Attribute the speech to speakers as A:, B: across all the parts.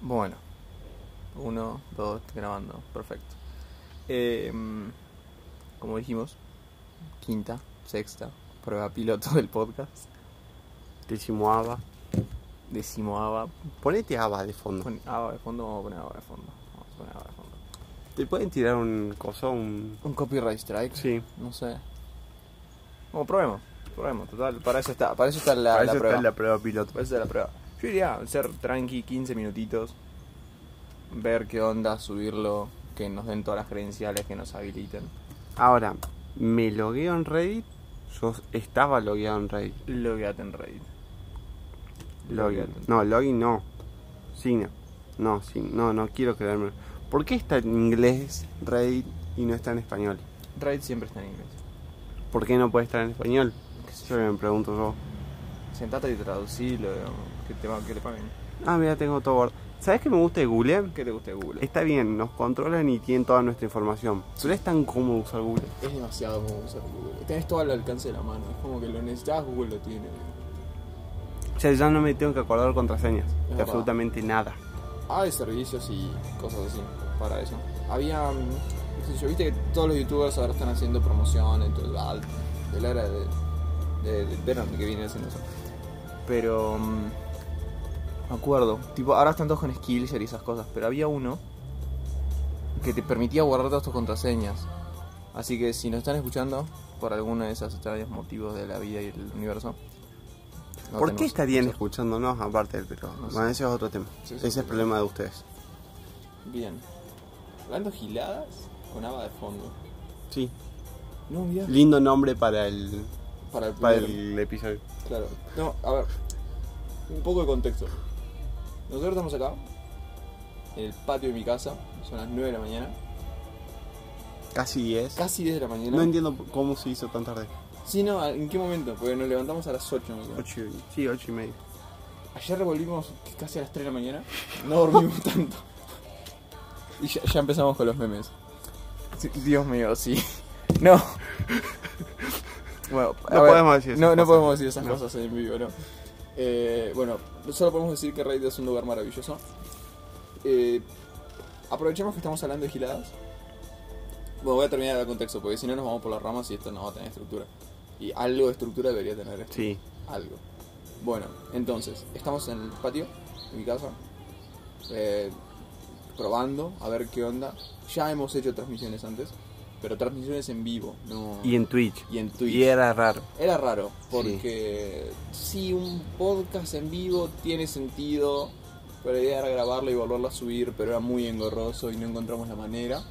A: Bueno. Uno, dos, grabando. Perfecto. Eh, mm, como dijimos, quinta, sexta, prueba piloto del podcast.
B: Decimoava.
A: Decimoava.
B: Ponete ABBA de fondo.
A: Pon ABBA de fondo, vamos a poner ABBA de fondo. Vamos a poner ABBA de fondo.
B: ¿Te pueden tirar un coso? Un...
A: ¿Un copyright strike?
B: Sí.
A: No sé. Bueno, probemos. Probemos, total. Para eso está, para eso está Ah, la,
B: Para
A: la
B: eso
A: prueba.
B: está la prueba piloto.
A: Para eso está la prueba. Yo iría a ser tranqui 15 minutitos. Ver qué onda, subirlo. Que nos den todas las credenciales que nos habiliten.
B: Ahora, me logueo en Reddit. Yo estaba logueado en Reddit.
A: Logueate en Reddit.
B: Login. No, login no. Signo. No, sí, no, no quiero creerme. ¿Por qué está en inglés Reddit y no está en español?
A: Reddit siempre está en inglés.
B: ¿Por qué no puede estar en español? Yo me pregunto yo.
A: Sentate y traducilo, digamos, que te, va- que te paguen.
B: Ah, mira, tengo todo guardado. ¿Sabes qué me gusta de Google?
A: ¿Qué te gusta de Google?
B: Está bien, nos controlan y tienen toda nuestra información. Pero es tan cómodo usar Google.
A: Es demasiado como usar Google. Tenés todo al alcance de la mano. Es como que lo necesitas, Google lo tiene.
B: O sea, ya no me tengo que acordar contraseñas. de
A: verdad.
B: absolutamente nada.
A: Ah, de servicios y cosas así para eso. Había. mm, qué sé yo, viste que todos los youtubers ahora están haciendo promoción en todo el al- de la era de, de, de Venom que viene haciendo eso. Pero. mm, me acuerdo. Tipo, ahora están todos con Skillshare y esas cosas, pero había uno que te permitía guardar todas tus contraseñas. Así que si nos están escuchando, por alguno de esos extraños motivos de la vida y el universo. no
B: ¿Por
A: tenemos
B: qué estarían
A: acceso.
B: escuchándonos aparte del pero?
A: No sé.
B: Bueno, ese es otro tema.
A: Sí, sí,
B: ese es
A: sí.
B: el problema de ustedes.
A: Bien. Hablando giladas con ABBA de fondo.
B: Sí.
A: No, mira.
B: Lindo nombre para el,
A: Para el
B: para
A: primer,
B: el episodio.
A: Claro. No, a ver. Un poco de contexto. Nosotros estamos acá, en el patio de mi casa, son las 9 de la mañana,
B: Casi 10.
A: casi 10 de la mañana.
B: No entiendo cómo se hizo tan tarde.
A: Sí, no, ¿en qué momento? Porque nos levantamos a las 8. ¿no?
B: 8, sí, 8 y medio.
A: Ayer volvimos casi a las 3 de la mañana, no dormimos tanto. Y ya, ya empezamos con los memes. Sí, Dios mío, sí. No. Bueno, a
B: No podemos decir esas
A: no, no
B: cosas.
A: podemos decir esas
B: No.
A: cosas en vivo, no. Eh, bueno, solo podemos decir que Reddit es un lugar maravilloso. Eh, aprovechemos que estamos hablando de giladas. Bueno, voy a terminar el contexto, porque si no nos vamos por las ramas y esto no va a tener estructura. Y algo de estructura debería tener esto
B: Sí.
A: algo. Bueno, entonces, estamos en el patio, en mi casa, eh, probando a ver qué onda. Ya hemos hecho transmisiones antes, pero transmisiones en vivo, no.
B: Y en Twitch.
A: y en Twitch.
B: Y era raro.
A: Era raro, porque sí. un podcast en vivo tiene sentido, pero la idea era grabarlo y volverlo a subir, pero era muy engorroso y no encontramos la manera.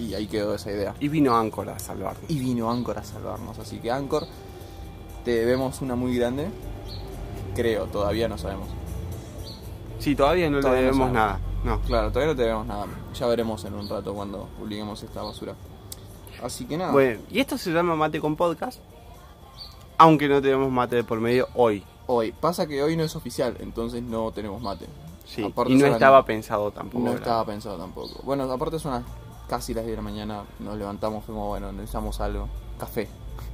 A: Y ahí quedó esa idea.
B: Y vino Anchor a salvarnos.
A: Y vino Anchor a salvarnos, así que Anchor, te debemos una muy grande. Creo, todavía no sabemos.
B: Sí, todavía no
A: Todavía
B: le
A: no sabemos.
B: debemos nada. No.
A: Claro, todavía no te debemos nada. Ya veremos en un rato cuando publiquemos esta basura. Así que nada,
B: Bueno, y esto se llama Mate con Podcast. Aunque no tenemos mate de por medio hoy.
A: hoy. Pasa que hoy no es oficial, entonces no tenemos mate.
B: Sí.
A: Aparte
B: y no
A: son las-
B: estaba pensado tampoco.
A: No
B: ¿verdad?
A: estaba pensado tampoco. Bueno, aparte son las casi las 10 de la mañana, nos levantamos, fuimos, bueno, necesitamos algo. Café.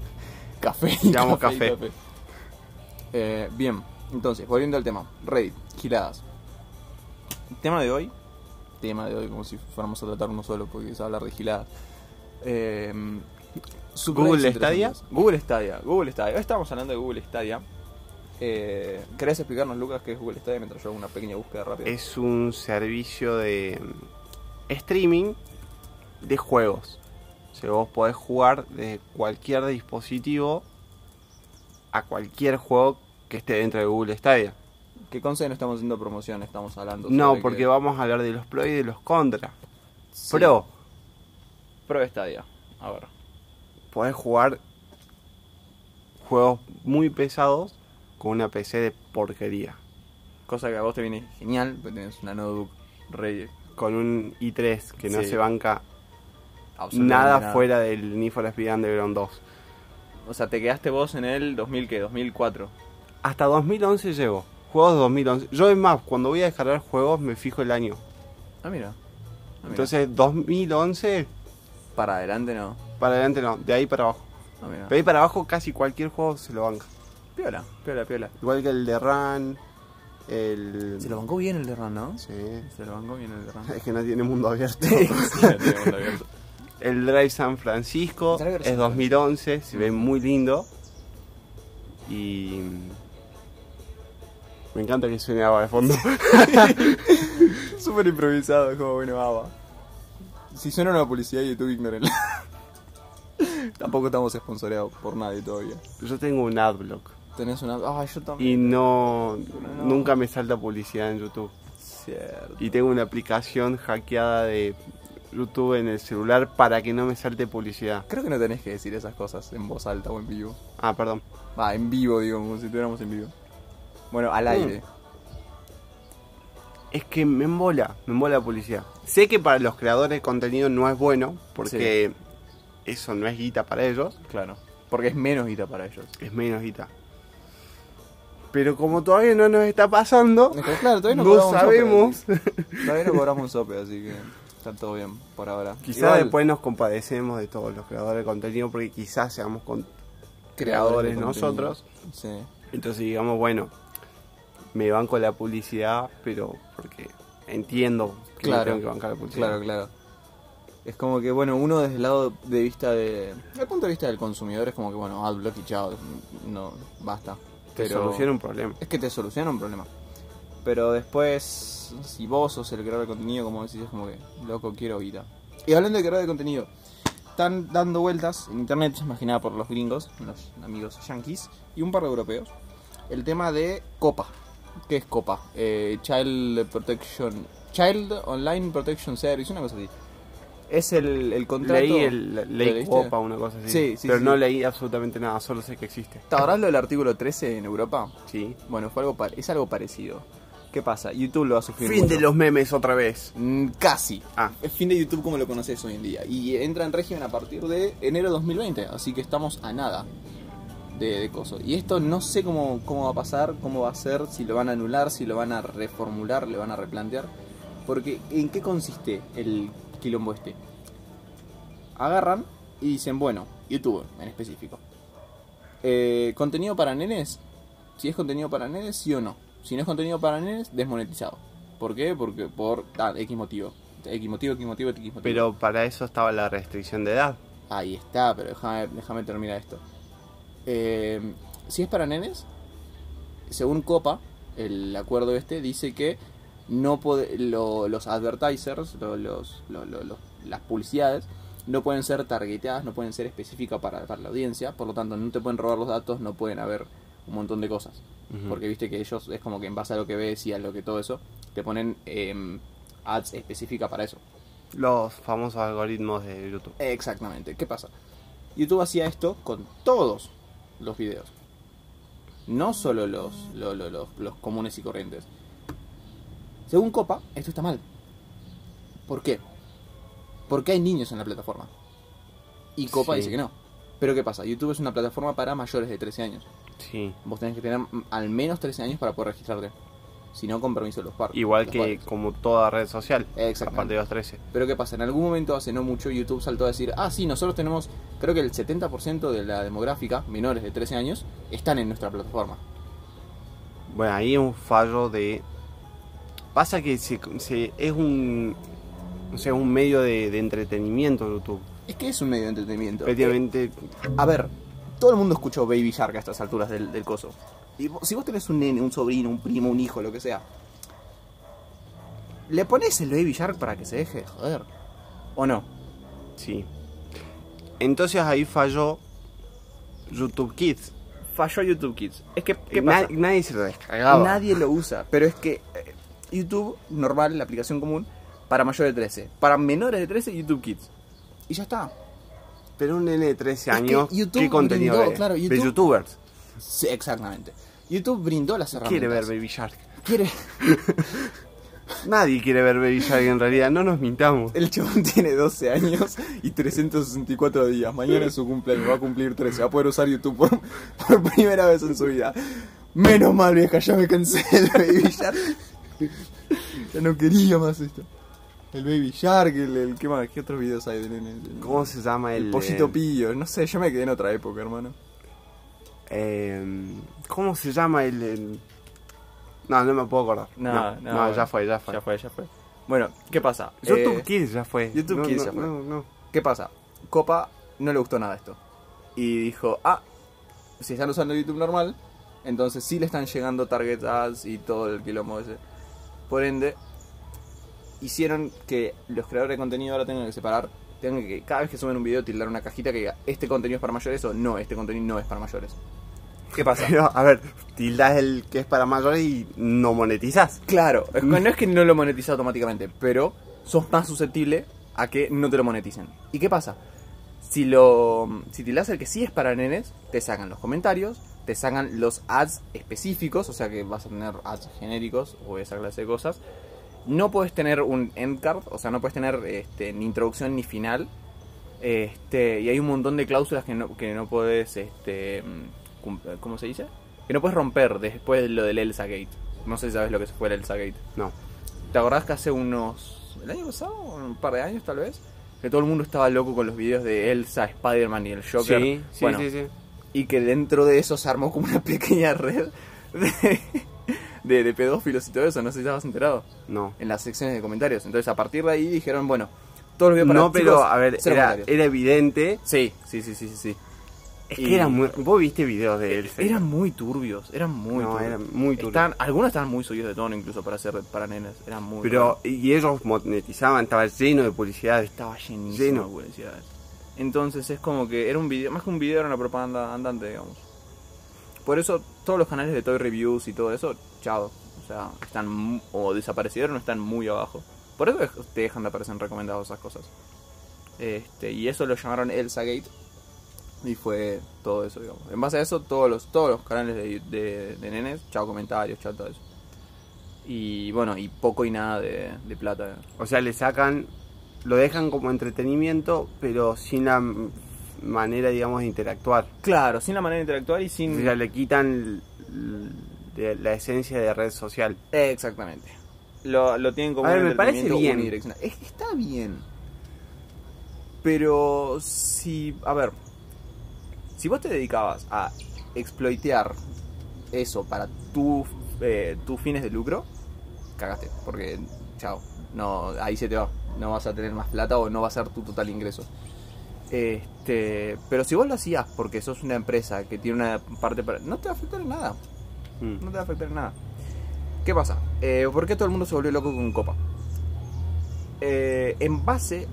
A: café. y
B: Necesitamos
A: y
B: café.
A: Eh, bien, entonces, volviendo al tema. Reddit, giladas. Tema de hoy. Tema de hoy, como si fuéramos a tratar uno solo, porque es hablar de giladas. Eh, subreddits
B: Google Stadia.
A: interesantes. Google Stadia. Google Stadia. Hoy estábamos hablando de Google Stadia. Eh, ¿Querés explicarnos, Lucas, qué es Google Stadia mientras yo hago una pequeña búsqueda rápida?
B: Es un servicio de mm, streaming de juegos. O sea, vos podés jugar desde cualquier dispositivo a cualquier juego que esté dentro de Google Stadia.
A: Que conste que no estamos haciendo promoción, estamos hablando.
B: No,
A: sobre
B: porque
A: que-
B: vamos a hablar de los pro y de los contra.
A: Sí.
B: Pro,
A: Pro Stadia. A ver.
B: podés jugar juegos muy pesados con una PC de porquería.
A: Cosa que a vos te viene genial, porque tenés una notebook rey.
B: Con un i3 que no
A: Sí.
B: se banca
A: absolutamente
B: nada, fuera del Need for Speed Underground 2.
A: O sea, te quedaste vos en el 2000, ¿qué? 2004.
B: Hasta 2011 llego. Juegos de 2011. Yo es más, cuando voy a descargar juegos me fijo el año.
A: Ah, mira. Ah, mira.
B: Entonces 2011
A: Para adelante no.
B: para adelante no, de ahí para abajo.
A: Ah, mira.
B: De ahí para abajo casi cualquier juego se lo banca.
A: Piola, piola, piola.
B: Igual que el de Run, El...
A: Se lo bancó bien el de Ran, ¿no?
B: Sí.
A: Se lo bancó bien el de Ran.
B: Es que no tiene mundo abierto.
A: Sí, la tiene mundo abierto.
B: El Drive San Francisco
C: El Drive San
B: es 2011, se ve muy lindo. Y. Me encanta que suene agua de fondo.
A: Súper improvisado, como bueno, va. Si suena una publicidad de YouTube, ignorenla. Tampoco estamos esponsoreados por nadie todavía.
B: Yo tengo un adblock
A: Tenés una. Ah, yo también.
B: y no, nunca me salta publicidad en YouTube.
A: Cierto.
B: Y tengo una aplicación hackeada de YouTube en el celular para que no me salte publicidad.
A: Creo que no tenés que decir esas cosas en voz alta o en vivo.
B: Ah, perdón.
A: Va, en vivo, digo, como si estuviéramos en vivo. Bueno,
B: Mm.
A: al aire.
B: Es que me embola, me embola la publicidad. Sé que para los creadores de contenido no es bueno, porque eso no es guita para ellos,
A: Claro. Porque es menos guita para ellos.
B: es menos guita. Pero como todavía no nos está pasando,
A: Es que, claro, todavía no,
B: no
A: cobramos un sope,
B: sabemos.
A: así- todavía no cobramos un sope, así que está todo bien por ahora.
B: Quizás
A: Igual,
B: después nos compadecemos de todos los creadores de contenido, porque quizás seamos con- creadores
A: de contenido.
B: nosotros.
A: Sí.
B: Entonces digamos, bueno, me banco la publicidad, pero porque entiendo que no
A: Claro.
B: tengo que bancar la publicidad.
A: Claro, claro. Es como que, bueno, uno desde el lado de vista de. Desde el punto de vista del consumidor es como que, bueno, adblock y chao, no, basta.
B: Te
A: Pero
B: soluciona un problema.
A: Es que te soluciona un problema. Pero después, si vos sos el creador de contenido, como decís, es como que, loco, quiero guita. Y hablando de creador de contenido, están dando vueltas en internet, más que nada por los gringos, los amigos yankees, y un par de europeos, el tema de COPA. ¿Qué es COPA? Eh, Child Protection... Child Online Protection Service, una cosa así. Es el, el contrato...
B: Leí, el, la-
A: ¿Lo
B: leí
A: leíste?
B: Copa, una cosa así.
A: Sí, sí,
B: pero
A: sí.
B: no leí absolutamente nada, solo sé que existe.
A: ¿Te acordás lo del artículo 13 en Europa?
B: Sí.
A: Bueno, fue algo pa- es algo parecido. ¿Qué pasa? YouTube lo va a sufrir
B: Fin
A: mucho.
B: de los memes otra vez.
A: Mm, Casi.
B: Ah,
A: El fin de YouTube como lo conoces hoy en día. Y entra en régimen a partir de enero de 2020. Así que estamos a nada de, de cosas. Y esto no sé cómo, cómo va a pasar, cómo va a ser, si lo van a anular, si lo van a reformular, le van a replantear. Porque ¿en qué consiste el quilombo este? Agarran y dicen, bueno, YouTube en específico. Eh, contenido para nenes. Si es contenido para nenes, sí o no. Si no es contenido para nenes, desmonetizado. ¿Por qué? Porque por ah, X motivo. X motivo, X motivo, X motivo.
B: pero para eso estaba la restricción de edad.
A: Ahí está, pero déjame, déjame terminar esto. Eh, si es para nenes, según Copa, el acuerdo este dice que no pode- lo- los advertisers, lo- los, lo- lo- lo- las publicidades, no pueden ser targeteadas, no pueden ser específicas para, para la audiencia, por lo tanto no te pueden robar los datos, no pueden haber un montón de cosas. Porque viste que ellos es como que en base a lo que ves y a lo que todo eso, te ponen em, ads específicas para eso.
B: Los famosos algoritmos de YouTube.
A: Exactamente. ¿Qué pasa? YouTube hacía esto con todos los videos. No solo los, lo- lo- los- los comunes y corrientes. Según Copa, esto está mal. ¿Por qué? Porque hay niños en la plataforma. Y Copa
B: Sí.
A: dice que no. Pero ¿qué pasa? YouTube es una plataforma para mayores de 13 años.
B: Sí.
A: Vos tenés que tener mm, al menos 13 años para poder registrarte. Si no, con permiso de los par-
B: Igual
A: los
B: que
A: padres.
B: como toda red social. A
A: Exactamente.
B: partir de los 13.
A: Pero ¿qué pasa? En algún momento, hace no mucho, YouTube saltó a decir, ah, sí, nosotros tenemos, creo que el 70% de la demográfica, menores de 13 años, están en nuestra plataforma.
B: Bueno, ahí es un fallo de... Pasa que se, se- es un... O sea, es un medio de, de entretenimiento YouTube.
A: Es que es un medio de entretenimiento.
B: Efectivamente,
A: Eh, a ver, todo el mundo escuchó Baby Shark a estas alturas del, del coso. Y vos- si vos tenés un nene, un sobrino, un primo, un hijo, lo que sea, ¿le pones el Baby Shark para que se deje de joder? ¿O no?
B: sí. Entonces ahí falló YouTube Kids.
A: Falló YouTube Kids. Es que,
B: Na- Nadie se lo descargaba.
A: Nadie lo usa, pero es que eh, YouTube normal, la aplicación común, para mayores de 13. Para menores de 13, YouTube Kids. Y ya está.
B: Pero un nene de 13
A: Es que
B: años,
A: YouTube
B: ¿qué contenido
A: brindó,
B: ve?
A: claro,
B: De
A: YouTube-
B: youtubers.
A: Sí, exactamente. YouTube brindó las herramientas.
B: Quiere ver Baby Shark.
A: Quiere-
B: Nadie quiere ver Baby Shark en realidad, no nos mintamos.
A: El chabón tiene 12 años y 364 días. Mañana es su cumpleaños, va a cumplir 13. Va a poder usar YouTube por, por primera vez en su vida. Menos mal, vieja, ya me cansé del Baby Shark. Ya no quería más esto. El Baby Shark, el, el- ¿qué más? ¿Qué otros videos hay de nenes? El-
B: ¿Cómo se llama el.
A: El pollito
B: eh,
A: pillo, no sé, yo me quedé en otra época, hermano.
B: Em, eh, ¿Cómo se llama el. el- No, no me puedo acordar.
A: No, no,
B: ya
A: bueno.
B: fue, ya fue.
A: Ya fue, ya fue. Bueno, ¿qué pasa?
B: YouTube
A: Eh,
B: Kids ya fue.
A: YouTube
B: No,
A: Kids
B: no,
A: ya fue.
B: No, no.
A: ¿Qué pasa? Copa no le gustó nada esto. Y dijo, ah, si están usando YouTube normal, entonces sí le están llegando target ads y todo el quilombo ese. Por ende, hicieron que los creadores de contenido ahora tengan que separar, tengan que cada vez que suben un video tildar una cajita que diga, este contenido es para mayores o no, este contenido no es para mayores. ¿Qué pasa?
B: Pero, a ver, tildas el que es para mayores y no monetizas.
A: Claro, es- no es que no lo monetiza automáticamente, pero sos más susceptible a que no te lo moneticen. ¿Y qué pasa? Si lo si tildás el que sí es para nenes, te sacan los comentarios, te sacan los ads específicos, o sea que vas a tener ads genéricos o esa clase de cosas. No puedes tener un end card, o sea, no puedes tener este, ni introducción ni final. Este, y hay un montón de cláusulas que no, que no puedes, este, mm, cum- ¿cómo se dice? Que no puedes romper después de lo del Elsa Gate. No sé si sabes lo que fue el Elsa Gate.
B: No.
A: ¿Te acordás que hace unos. el año pasado? Un par de años tal vez. Que todo el mundo estaba loco con los videos de Elsa, Spider-Man y el Joker.
B: Sí, sí,
A: Bueno,
B: sí, sí.
A: Y que dentro de eso se armó como una pequeña red de, de, de pedófilos y todo eso. No sé si estabas enterado.
B: No.
A: En las secciones de comentarios. Entonces a partir de ahí dijeron, bueno, todos los videos para
B: No, pero,
A: chicos,
B: a ver,
A: cero
B: era,
A: comentarios.
B: era evidente.
A: Sí, sí, sí, sí, sí, sí.
B: Es
A: Y-
B: que era muy. Vos viste videos de él.
A: Eran muy turbios, eran muy
B: No,
A: turbios.
B: eran muy turbios.
A: Estaban- algunos estaban muy subidos de tono incluso para ser para nenes. Eran muy
B: Pero, y ellos monetizaban, estaba lleno de publicidad.
A: Estaba llenísimo
B: Lleno.
A: de publicidades. Entonces es como que era un video, más que un video era una propaganda andante, digamos. Por eso todos los canales de Toy Reviews y todo eso, chao. O sea, están mu- o desaparecieron o están muy abajo. Por eso dej- te dejan de aparecer en recomendados esas cosas. Este, y eso lo llamaron Elsa Gate. Y fue todo eso, digamos. En base a eso, todos los, todos los canales de, de, de nenes, chao comentarios, chao todo eso. Y bueno, y poco y nada de, de plata.
B: O sea, le sacan, lo dejan como entretenimiento, pero sin la m- manera, digamos, de interactuar.
A: Claro, sin la manera de interactuar y sin...
B: O sea, le quitan l- de la esencia de red social.
A: Exactamente. Lo, lo tienen como
B: A ver,
A: un
B: me parece
A: entretenimiento
B: bien.
A: unidireccional. Es que está bien. Pero si, a ver, si vos te dedicabas a exploitear eso para tu, eh, tus fines de lucro, cagaste, porque chao, no, ahí se te va, no vas a tener más plata o no va a ser tu total ingreso. Este, pero si vos lo hacías porque sos una empresa que tiene una parte para, no te va a afectar en nada.
B: Mm.
A: No te va a afectar en nada. ¿Qué pasa? Eh, ¿Por qué todo el mundo se volvió loco con Copa? Eh, en base,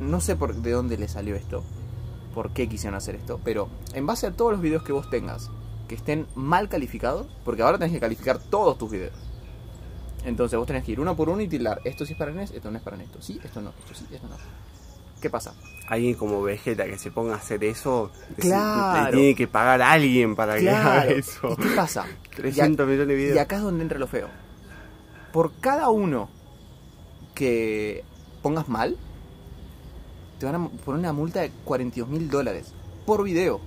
A: no sé por, de dónde le salió esto, por qué quisieron hacer esto, pero en base a todos los videos que vos tengas que estén mal calificados, porque ahora tenés que calificar todos tus videos. Entonces vos tenés que ir uno por uno y tildar, esto sí es para NES, esto no es para NES, esto sí, esto no, esto sí, esto no. ¿Qué pasa?
B: Alguien como Vegeta que se ponga a hacer eso, es-
A: Claro.
B: le tiene que pagar a alguien para que haga
A: Claro.
B: eso.
A: ¿Y qué pasa?
B: 300 millones de videos.
A: Y acá es donde entra lo feo. Por cada uno que pongas mal, te van a poner una multa de 42 mil dólares por video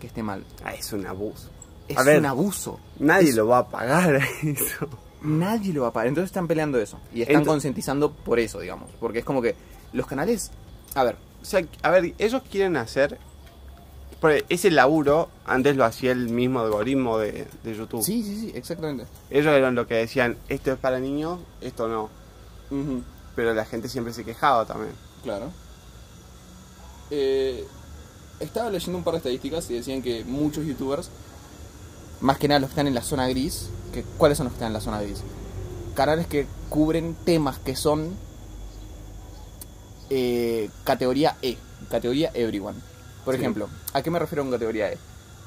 A: que esté mal.
B: Ah, es un abuso.
A: Es
B: A ver.
A: un abuso.
B: Nadie
A: Es-
B: lo va a pagar eso.
A: Nadie lo va a pagar. Entonces están peleando eso. Y están
B: Ento-
A: concientizando por eso, digamos. Porque es como que los canales... A ver,
B: O sea, a ver, ellos quieren hacer. porque Ese laburo antes lo hacía el mismo algoritmo de, de YouTube.
A: sí, sí, sí, exactamente.
B: Ellos eran los que decían, esto es para niños, esto no.
C: Ujú.
B: Pero la gente siempre se quejaba también.
C: Claro. Eh, estaba leyendo un par de estadísticas y decían que muchos youtubers,
A: más que nada los que están en la zona gris, que, ¿cuáles son los que están en la zona gris? Canales que cubren temas que son eh, categoría E, categoría Everyone. Por
B: Sí.
A: ejemplo, ¿a qué me refiero con categoría E?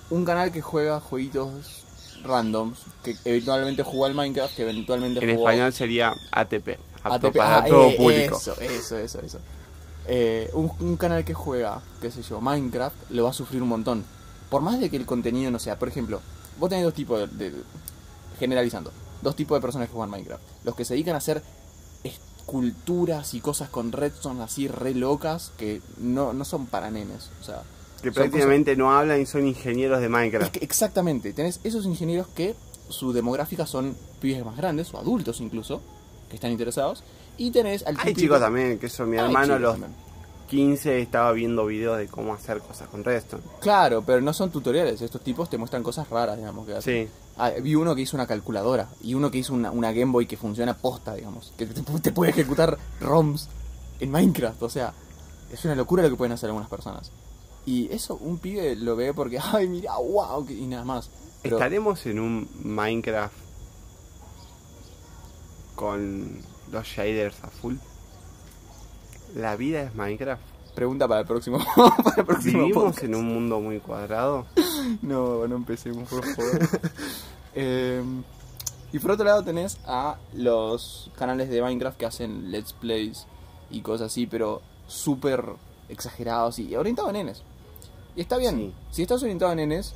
A: Un canal que juega jueguitos randoms, que eventualmente jugó al Minecraft, que eventualmente
B: En
A: jugó
B: español sería ATP. Apto
A: ATP.
B: para
A: Ah,
B: todo
A: eh,
B: público.
A: Eso, eso, eso, eso. Eh, un, un canal que juega, qué sé yo, Minecraft, lo va a sufrir un montón. Por más de que el contenido no sea, por ejemplo, vos tenés dos tipos de, de- generalizando, dos tipos de personas que juegan Minecraft. Los que se dedican a hacer esculturas y cosas con redstone así re locas que no, no son para nenes. O sea,
B: Que
A: son
B: prácticamente no hablan y son ingenieros de Minecraft.
A: es que exactamente, tenés esos ingenieros que su demográfica son pibes más grandes o adultos incluso, que están interesados, y tenés al
B: Hay
A: típico-
B: chicos también, que eso mi
A: Hay
B: hermano a
A: chicos
B: los
A: también.
B: 15 estaba viendo videos de cómo hacer cosas con Redstone.
A: Claro, pero no son tutoriales, estos tipos te muestran cosas raras, digamos, que hacen.
B: Sí.
A: Ah, vi uno que hizo una calculadora y uno que hizo una, una Game Boy que funciona posta, digamos. Que te, te puede ejecutar ROMs en Minecraft. O sea, es una locura lo que pueden hacer algunas personas. Y eso un pibe lo ve porque, ay, mira, wow, que- y nada más. Pero
B: ¿Estaremos en un Minecraft con los shaders a full? ¿La vida es Minecraft?
A: pregunta para el próximo. para el próximo
B: ¿Vivimos
A: podcast.
B: en un mundo muy cuadrado?
A: No, no empecemos, por favor. Eh, y por otro lado tenés a los canales de Minecraft que hacen let's plays y cosas así, pero súper exagerados y orientados a nenes. Y está bien,
B: Sí.
A: si estás orientado a nenes,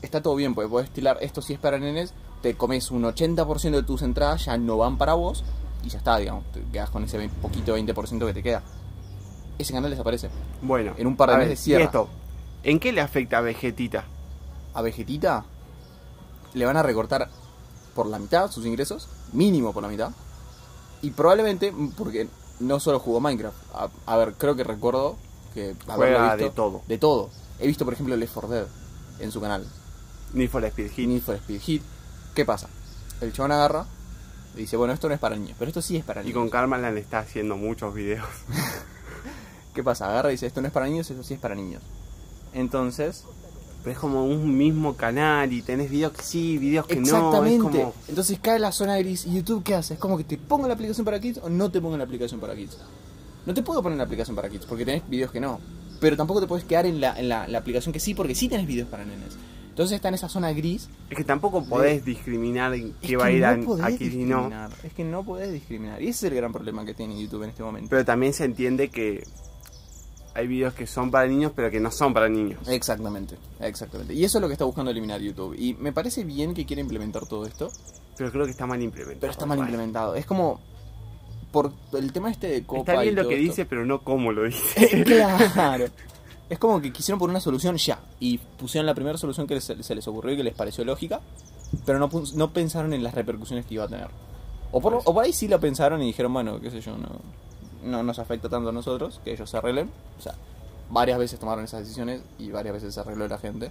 A: está todo bien, porque podés tirar esto si es para nenes, te comes un 80% de tus entradas, ya no van para vos y ya está, digamos, te quedas con ese ve- poquito 20% que te queda. Ese canal desaparece.
B: Bueno,
A: En un par de
B: a
A: meses
B: ver,
A: cierra.
B: y esto, ¿En qué le afecta a Vegetita?
A: a Vegetita le van a recortar por la mitad sus ingresos, mínimo por la mitad. Y probablemente, porque no solo jugó Minecraft, a, a ver, creo que recuerdo que haberlo
B: Juega de todo.
A: De todo. He visto, por ejemplo, Left 4 Dead en su canal,
B: Ni for Speed Heat.
A: Need for Speed Hit. ¿Qué pasa? El chabón agarra y dice, bueno, esto no es para niños, pero esto sí es para niños.
B: Y con Carmelan está haciendo muchos videos.
A: ¿Qué pasa? Agarra y dice, esto no es para niños, esto sí es para niños. Entonces,
B: Pero es como un mismo canal y tenés videos que sí, videos que no.
A: Exactamente.
B: Es como...
A: Entonces cae la zona gris. ¿Y YouTube qué hace? Es como que te pongo la aplicación para kids o no te pongo la aplicación para kids. No te puedo poner la aplicación para kids porque tenés videos que no. Pero tampoco te puedes quedar en la, en la, la aplicación que sí porque sí tenés videos para nenes. Entonces está en esa zona gris.
B: Es que tampoco podés discriminar en
A: Es
B: qué va a ir a,
A: podés
B: aquí y no.
A: discriminar. Es que no podés discriminar. Y ese es el gran problema que tiene YouTube en este momento.
B: Pero también se entiende que hay videos que son para niños, pero que no son para niños.
A: Eh. Exactamente, exactamente. Y eso es lo que está buscando eliminar YouTube. Y me parece bien que quiera implementar todo esto.
B: Pero creo que está mal implementado.
A: Pero está mal
B: Bueno,
A: implementado. Es como. Por el tema este de copa.
B: Está
A: y
B: bien lo
A: todo
B: que
A: esto.
B: dice, pero no cómo lo dice.
A: Eh, claro. Es como que quisieron poner una solución ya. Y pusieron la primera solución que se, se les ocurrió y que les pareció lógica. Pero no, pus- no pensaron en las repercusiones que iba a tener. O por, o por ahí sí la pensaron y dijeron, bueno, qué sé yo, no, no nos afecta tanto a nosotros, que ellos se arreglen. O sea, varias veces tomaron esas decisiones y varias veces se arregló la gente.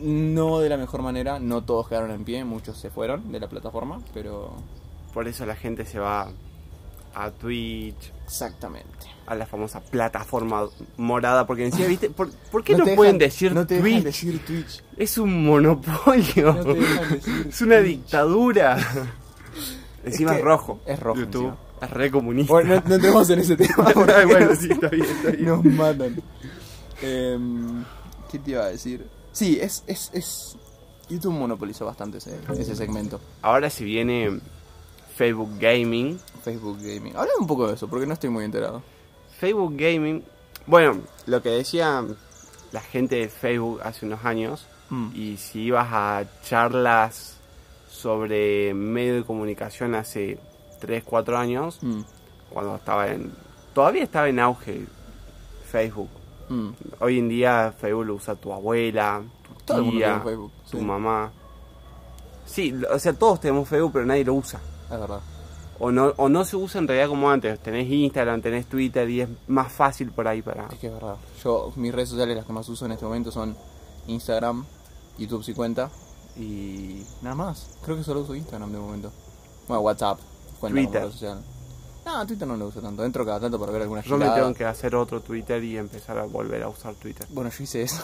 A: No de la mejor manera, no todos quedaron en pie, muchos se fueron de la plataforma, pero...
B: Por eso la gente se va a Twitch,
A: Exactamente.
B: a la famosa plataforma morada, porque encima, ¿viste? ¿Por, por qué
A: No
B: no,
A: te dejan-
B: pueden decir
A: no te dejan
B: Twitch?
A: decir Twitch.
B: Es un monopolio.
A: No te dejan decir
B: es una
A: Twitch.
B: dictadura. encima
A: que
B: es, rojo.
A: es rojo
B: YouTube
A: encima.
B: es re comunista.
A: Bueno, no, no entremos en ese tema. porque
B: Ay, bueno, sí, está bien, está bien.
A: Nos matan. Em, ¿Qué te iba a decir? Sí, es, es, es... YouTube monopolizó bastante ese, ese segmento.
B: Ahora se viene Facebook Gaming.
A: Facebook Gaming. Habla un poco de eso, porque no estoy muy enterado.
B: Facebook Gaming. Bueno, lo que decía la gente de Facebook hace unos años,
A: Mm.
B: y si ibas a charlas sobre medio de comunicación hace 3, 4 años,
A: Mm,
B: cuando estaba en... Todavía estaba en auge Facebook.
A: mm.
B: Hoy en día Facebook lo usa tu abuela, tu
A: Todo el mundo
B: tía,
A: tiene Facebook,
B: tu
A: sí.
B: mamá. Sí, lo- o sea, todos tenemos Facebook, pero nadie lo usa.
A: Es verdad.
B: O no, o no se usa en realidad como antes. Tenés Instagram, tenés Twitter y es más fácil por ahí para...
A: Es que es verdad. Yo, mis redes sociales las que más uso en este momento son Instagram, YouTube 50 y nada más. Creo que solo uso Instagram de momento. Bueno, WhatsApp. cuenta como
B: Twitter.
A: red social. No, Twitter no lo uso tanto. Entro cada tanto para ver alguna
B: Yo me
A: gilada.
B: tengo que hacer otro Twitter y empezar a volver a usar Twitter.
A: Bueno, yo hice eso.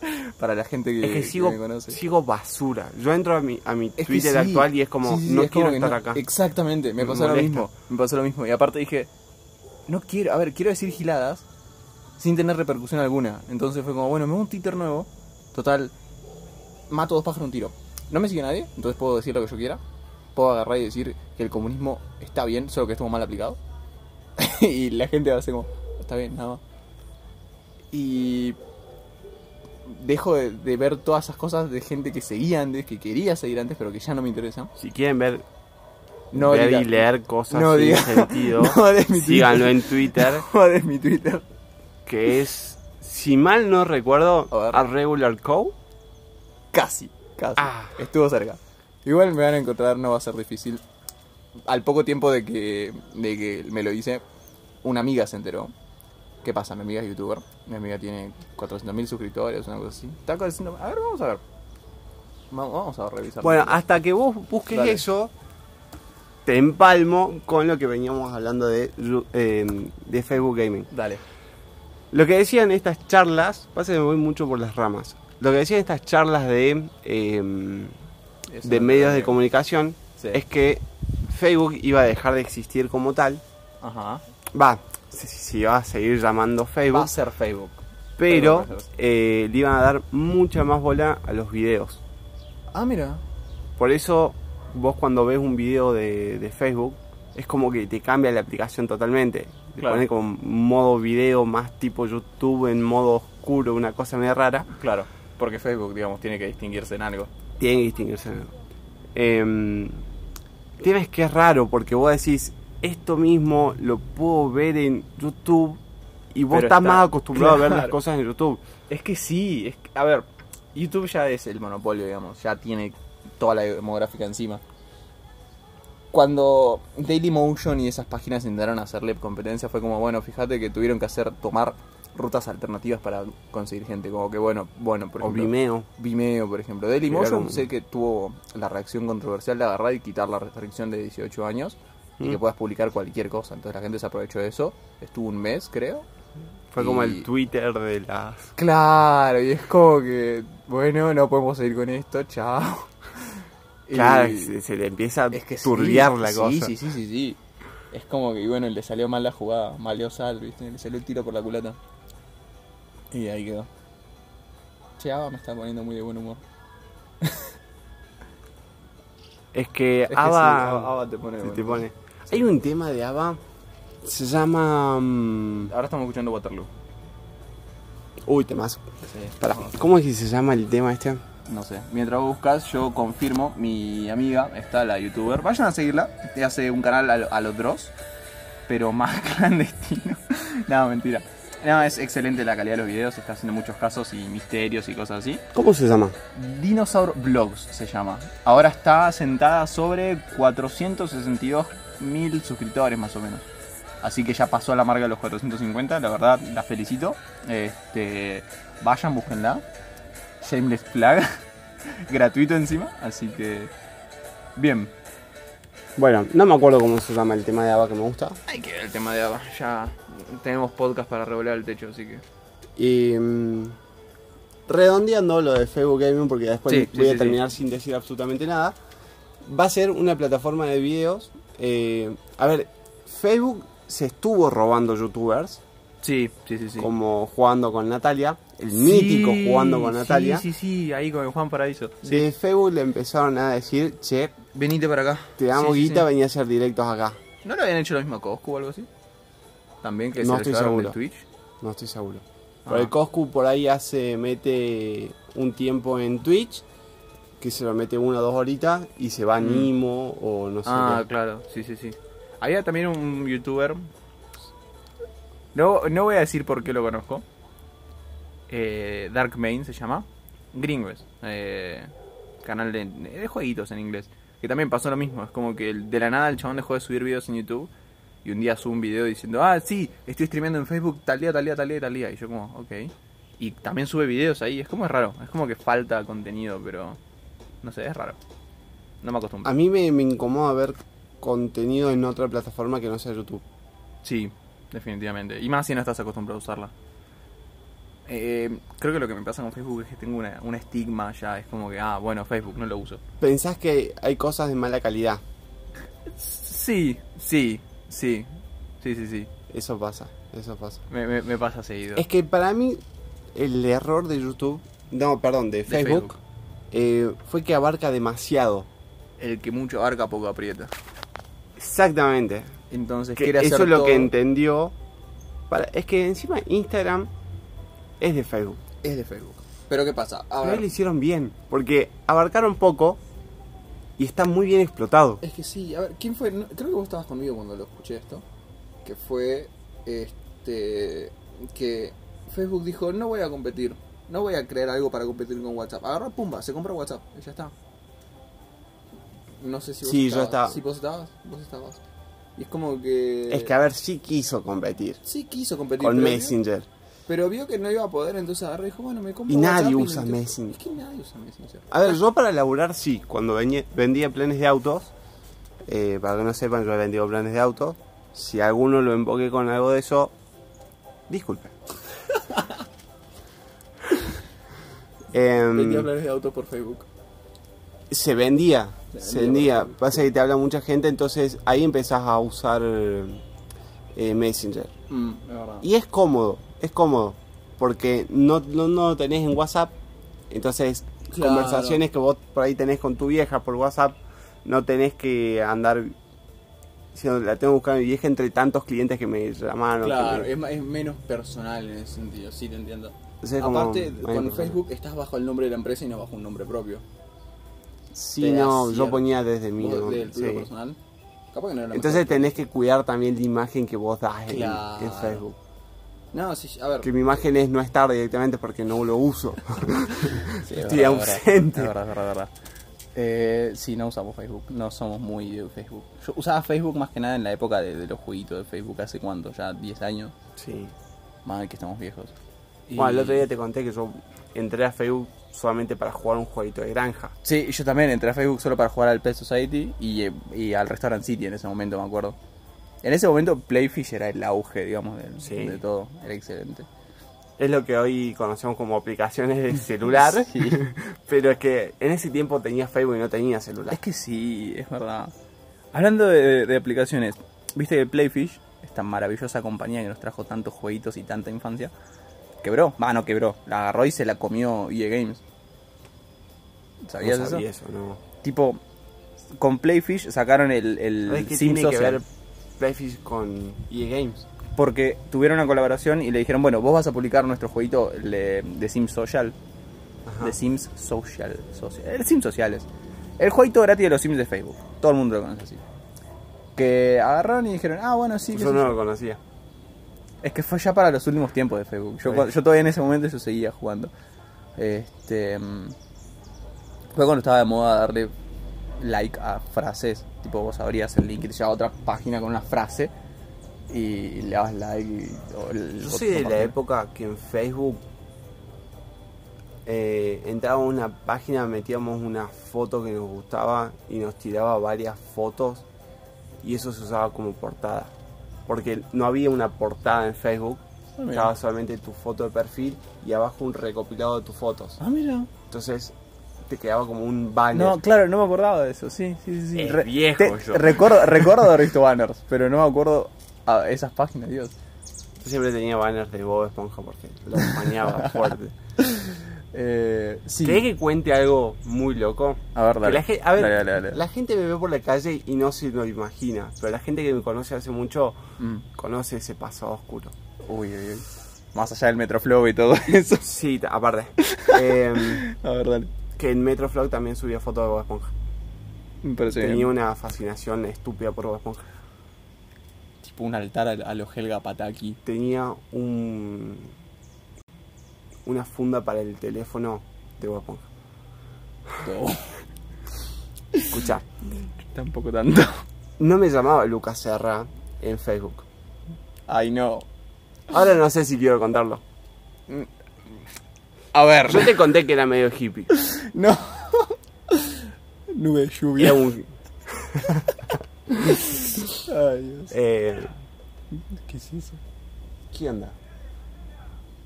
A: Para la gente que,
B: Es que sigo,
A: me conoce.
B: sigo basura. Yo entro a mi, a mi
A: Es que
B: Twitter
A: sí.
B: actual y es como,
A: Sí, sí, sí,
B: no
A: es como
B: quiero
A: que
B: estar
A: no-
B: acá.
A: Exactamente, me
B: Me
A: pasó lo
B: molesta.
A: mismo. Me pasó lo mismo. Y aparte dije, no quiero, a ver, quiero decir giladas sin tener repercusión alguna. Entonces fue como, bueno, me hago un Twitter nuevo. Total, mato dos pájaros de un tiro. No me sigue nadie, entonces puedo decir lo que yo quiera. Puedo agarrar y decir que el comunismo está bien, solo que estuvo mal aplicado. y la gente va a ser como, está bien, nada más. Y dejo de, de ver todas esas cosas de gente que seguía antes, que quería seguir antes, pero que ya no me interesan.
B: Si quieren ver,
A: No
B: ver
A: diga-
B: y leer cosas
A: no
B: sin
A: diga-
B: sentido,
A: no de mi
B: síganlo
A: Twitter.
B: en Twitter,
A: Joder, es mi Twitter.
B: que es, si mal no recuerdo,
A: A ver.
B: a Regular Co.
A: Casi, casi.
B: Ah.
A: Estuvo cerca. Igual me van a encontrar, no va a ser difícil. Al poco tiempo de que, de que me lo hice, una amiga se enteró. ¿Qué pasa? Mi amiga es youtuber. Mi amiga tiene 400.000 suscriptores, una cosa así. Está creciendo- A ver, vamos a ver. Va- Vamos a revisar.
B: Bueno, hasta que vos busques
A: Dale.
B: eso, te empalmo con lo que veníamos hablando de, Ru- eh, de Facebook Gaming.
A: Dale.
B: Lo que decían estas charlas, pasa que me voy mucho por las ramas. Lo que decían estas charlas de, eh,
A: Eso
B: de
A: no
B: medios de
A: creo.
B: comunicación
A: Sí.
B: es que Facebook iba a dejar de existir como tal.
A: Ajá.
B: Va, se, se iba a seguir llamando
A: Va
B: Facebook,
A: a ser Facebook.
B: pero
A: Facebook, Facebook.
B: eh, le iban a dar mucha más bola a los videos.
A: Ah, mira.
B: Por eso vos cuando ves un video de, de Facebook es como que te cambia la aplicación totalmente. Te
A: Claro.
B: pone como modo video más tipo YouTube en modo oscuro, una cosa media rara.
A: Claro. Porque Facebook, digamos, tiene que distinguirse en algo.
B: Tienen que distinguirse. Eh, el tema es que es raro porque vos decís, esto mismo lo puedo ver en YouTube y vos
A: Pero
B: estás
A: está-
B: más acostumbrado a ver las
A: claro.
B: cosas en YouTube.
A: Es que sí. Es que- a ver, YouTube ya es el monopolio, digamos. Ya tiene toda la demográfica encima. Cuando Dailymotion y esas páginas intentaron hacerle competencia, fue como, bueno, fíjate que tuvieron que hacer tomar rutas alternativas para conseguir gente. Como que, bueno, bueno, por
B: o
A: ejemplo.
B: Vimeo.
A: Vimeo, por ejemplo.
B: Era
A: Dailymotion
B: como-
A: sé que tuvo la reacción controversial de agarrar y quitar la restricción de 18 años y
B: Mm.
A: que puedas publicar cualquier cosa. Entonces la gente se aprovechó de eso. Estuvo un mes, creo.
B: Fue como
A: Y-
B: el Twitter de las...
A: Claro, y es como que, bueno, no podemos seguir con esto, chao. Y-
B: Claro, se, se le empieza a
A: es que sí,
B: turbiar la
A: sí,
B: cosa.
A: Sí, sí, sí, sí. Es como que, bueno, le salió mal la jugada. Maleó sal, ¿viste? Le salió el tiro por la culata. Y ahí quedó. Che, Ava me está poniendo muy de buen humor.
B: Es que
A: que
B: Ava,
A: sí, Ava- Ava te pone
B: te-
A: bueno.
B: te pone. Hay un tema de Ava. Se llama. mm,
A: Ahora estamos escuchando Waterloo.
B: uy, temas.
A: Sí,
B: Pará, ¿Cómo es que se llama el tema este?
A: No sé. Mientras vos buscas, yo confirmo, mi amiga, está la youtuber. Vayan a seguirla. Te hace un canal a, lo- a los Dross, pero más clandestino. no, mentira. No, es excelente la calidad de los videos. Está haciendo muchos casos y misterios y cosas así.
B: ¿Cómo se llama?
A: Dinosaur Vlogs se llama. Ahora está sentada sobre 462 mil suscriptores más o menos. Así que ya pasó la marca de los 450. La verdad, la felicito. Este, vayan, búsquenla. Shameless Plug. Gratuito encima. Así que... Bien.
B: Bueno, no me acuerdo cómo se llama el tema de Ava que me gusta.
A: Hay que ver el tema de Ava. Ya tenemos podcast para revolar el techo, así que...
B: Y. mm, redondeando lo de Facebook Gaming, porque después
A: Sí, sí,
B: voy a
A: sí,
B: terminar sin decir absolutamente nada. Va a ser una plataforma de videos. eh, a ver, Facebook se estuvo robando YouTubers.
A: Sí, sí, sí, sí.
B: Como jugando con Natalia. El mítico jugando con Natalia.
A: Sí, sí, sí, ahí con Juan Paraíso.
B: De Facebook le empezaron a decir, che,
A: Venite para acá.
B: te damos
A: Sí, sí,
B: guita,
A: sí.
B: vení a hacer directos acá.
A: ¿No lo habían hecho lo mismo a Coscu o algo así? También que
B: No
A: se
B: estoy
A: lo llevaron de
B: seguro.
A: Twitch.
B: No estoy seguro.
A: Ah.
B: Pero el Coscu por ahí hace, mete un tiempo en Twitch, que se lo mete una o dos horitas, y se va a
A: Mm.
B: Nimo o no sé
A: ah,
B: qué.
A: claro, sí, sí, sí. Había también un youtuber. No, no voy a decir por qué lo conozco. Eh, Dark Main se llama. Gringos. Eh, canal de, de jueguitos en inglés. Que también pasó lo mismo. Es como que el- de la nada el chabón dejó de subir videos en YouTube. Y un día sube un video diciendo, ah, sí, estoy streameando en Facebook tal día, tal día, tal día, tal día. Y yo como, ok. Y también sube videos ahí. Es como es raro. Es como que falta contenido, pero... No sé, es raro. No me acostumbro.
B: A mí me, me incomoda ver contenido en otra plataforma que no sea YouTube.
A: Sí, definitivamente. Y más si no estás acostumbrado a usarla. Eh, creo que lo que me pasa con Facebook es que tengo una, un estigma ya. Es como que, ah, bueno, Facebook no lo uso.
B: Pensás que hay cosas de mala calidad.
A: Sí, sí, sí. Sí, sí, sí.
B: Eso pasa, eso pasa.
A: Me, me- me pasa seguido.
B: Es que para mí el error de YouTube, no, perdón, de
A: De
B: Facebook, eh, fue que abarca demasiado.
A: El que mucho arca poco aprieta.
B: Exactamente.
A: Entonces,
B: Que
A: quiere hacer
B: eso es lo
A: todo-
B: que entendió. Para, es que encima Instagram es de Facebook.
A: Es de Facebook. Pero ¿qué pasa? A
B: Pero ahí
A: ver,
B: lo hicieron bien, porque abarcaron poco y está muy bien explotado.
C: Es que sí, a ver, ¿quién fue? No, creo que vos estabas conmigo cuando lo escuché esto. Que fue este que Facebook dijo, no voy a competir, no voy a crear algo para competir con WhatsApp. Agarra, pumba, se compra WhatsApp, y ya está. No sé si vos
B: Sí, yo
C: estabas.
B: estaba.
C: Si vos estabas, vos estabas. Y es como que.
A: Eh,
B: Es que a ver, sí quiso competir
C: Sí quiso competir.
B: con
C: pero-
B: Messenger.
A: Pero vio que no iba a poder, entonces agarró y dijo, bueno, me compro
B: Y nadie
A: WhatsApp
B: usa
A: me-
B: Messenger.
A: Es que nadie usa Messenger.
B: A ver, yo para laburar sí, cuando veñe- vendía planes de autos, eh, para que no sepan, yo he vendido planes de autos. Si alguno lo emboqué con algo de eso, disculpe. Em,
A: Vendía planes de auto por Facebook.
B: se vendía,
A: Se
B: se
A: vendía,
B: vendía. Pasa que te habla mucha gente, entonces ahí empezás a usar eh, Messenger.
A: Mm, es verdad.
B: Y es cómodo, es cómodo, porque no, no, no lo tenés en WhatsApp, entonces
A: Claro.
B: conversaciones que vos por ahí tenés con tu vieja por WhatsApp, no tenés que andar diciendo, la tengo que buscar a mi vieja entre tantos clientes que me llamaron. que
A: Claro,
B: me-".
A: es, ma- es menos personal en ese sentido, sí te entiendo.
B: Entonces es como-
A: Aparte,
B: ahí
A: con
B: me-
A: Facebook estás bajo el nombre de la empresa y no bajo un nombre propio.
B: Sí,
A: te da
B: no, yo
A: cierto-
B: ponía desde mi...
A: Vos,
B: nombre,
A: del tuyo
B: sí.
A: personal. Capaz que no era la
B: Entonces
A: mejor.
B: tenés que cuidar también la imagen que vos das en- en,
A: Claro.
B: Facebook.
A: No, sí, a ver.
B: Que mi imagen es no estar directamente porque no lo uso.
A: Sí,
B: estoy
A: es verdad,
B: ausente.
A: Es verdad, es verdad, es verdad. Eh, sí, no usamos Facebook. No somos muy de Facebook. Yo usaba Facebook más que nada en la época de, de los jueguitos de Facebook. ¿Hace cuánto? ¿Ya 10 años?
B: sí.
A: Más que estamos viejos. Y-
B: Bueno, el otro día te conté que yo entré a Facebook solamente para jugar un jueguito de granja.
A: Sí, yo también entré a Facebook solo para jugar al Pet Society y, eh, y al Restaurant City en ese momento, me acuerdo. En ese momento Playfish era el auge, digamos, del-
B: Sí.
A: de todo. Era excelente.
B: Es lo que hoy conocemos como aplicaciones de celular.
A: Sí.
B: Pero es que en ese tiempo tenía Facebook y no tenía celular.
A: Es que sí, es verdad. Hablando de, de aplicaciones, viste que Playfish, esta maravillosa compañía que nos trajo tantos jueguitos y tanta infancia, quebró. Va, no quebró. La agarró y se la comió EA Games. ¿Sabías
B: no sabía
A: eso?
B: eso, no.
A: Tipo, con Playfish sacaron el,
B: ¿Sabes
A: el
B: qué
A: Sim
B: tiene que
A: Social.
B: ver Playfish con EA Games?
A: Porque tuvieron una colaboración y le dijeron, bueno, vos vas a publicar nuestro jueguito el de, de Sims Social.
B: Ajá.
A: De Sims Social. social el Sims Sociales. El jueguito gratis de los Sims de Facebook. Todo el mundo lo conoce así. Que agarraron y dijeron, ah, bueno, sí. qué
B: Yo
A: sé
B: no
A: yo".
B: lo conocía.
A: Es que fue ya para los últimos tiempos de Facebook. Yo,
B: Sí.
A: cuando- yo todavía en ese momento yo seguía jugando. Este, mm, fue cuando estaba de moda darle like a frases. Tipo, vos abrías el link y te llevaba a otra página con una frase. Y le dabas like. y- o el-
B: Yo
A: o
B: soy de la
A: compartir.
B: época que en Facebook eh, entraba a una página, metíamos una foto que nos gustaba y nos tiraba varias fotos y eso se usaba como portada. Porque no había una portada en Facebook,
A: Ah, mira.
B: estaba solamente tu foto de perfil y abajo un recopilado de tus fotos.
A: Ah, mira.
B: Entonces te quedaba como un banner.
A: No, claro, no me acordaba de eso, sí, sí, sí. sí.
B: Ah, Es viejo yo.
A: Recuerdo, recuerdo haber visto banners, pero no me acuerdo a esas páginas, Dios.
B: Yo siempre tenía banners de Bob Esponja porque lo bañaba fuerte.
A: Eh, sí.
B: ¿Querés que cuente algo muy loco?
A: A ver,
B: Que
A: dale.
B: la gen- a ver,
A: Dale, dale, dale.
B: la gente me ve por la calle y no se lo imagina, pero la gente que me conoce hace mucho
A: Mm.
B: conoce ese pasado oscuro.
A: Uy, uy, uy. Más allá del Metroflow y todo eso.
B: Sí, ta- aparte. Em,
A: A ver, dale.
B: que en Metroflog también subía fotos de Bob Esponja.
A: Me parece
B: Tenía
A: bien.
B: una fascinación estúpida por Bob Esponja.
A: Tipo un altar a, a los Helga Pataki.
B: Tenía un una funda para el teléfono de Bob Esponja.
A: Todo.
B: Escucha,
A: Tampoco tanto.
B: no me llamaba Lucas Serra en Facebook.
A: Ay, no.
B: Ahora no sé si quiero contarlo.
A: A ver.
B: Yo te conté que era medio hippie.
A: No. Nube de
B: Era
A: lluvia.
B: un,
A: Ay, Dios.
B: eh,
A: ¿Qué es eso?
B: ¿Qué onda?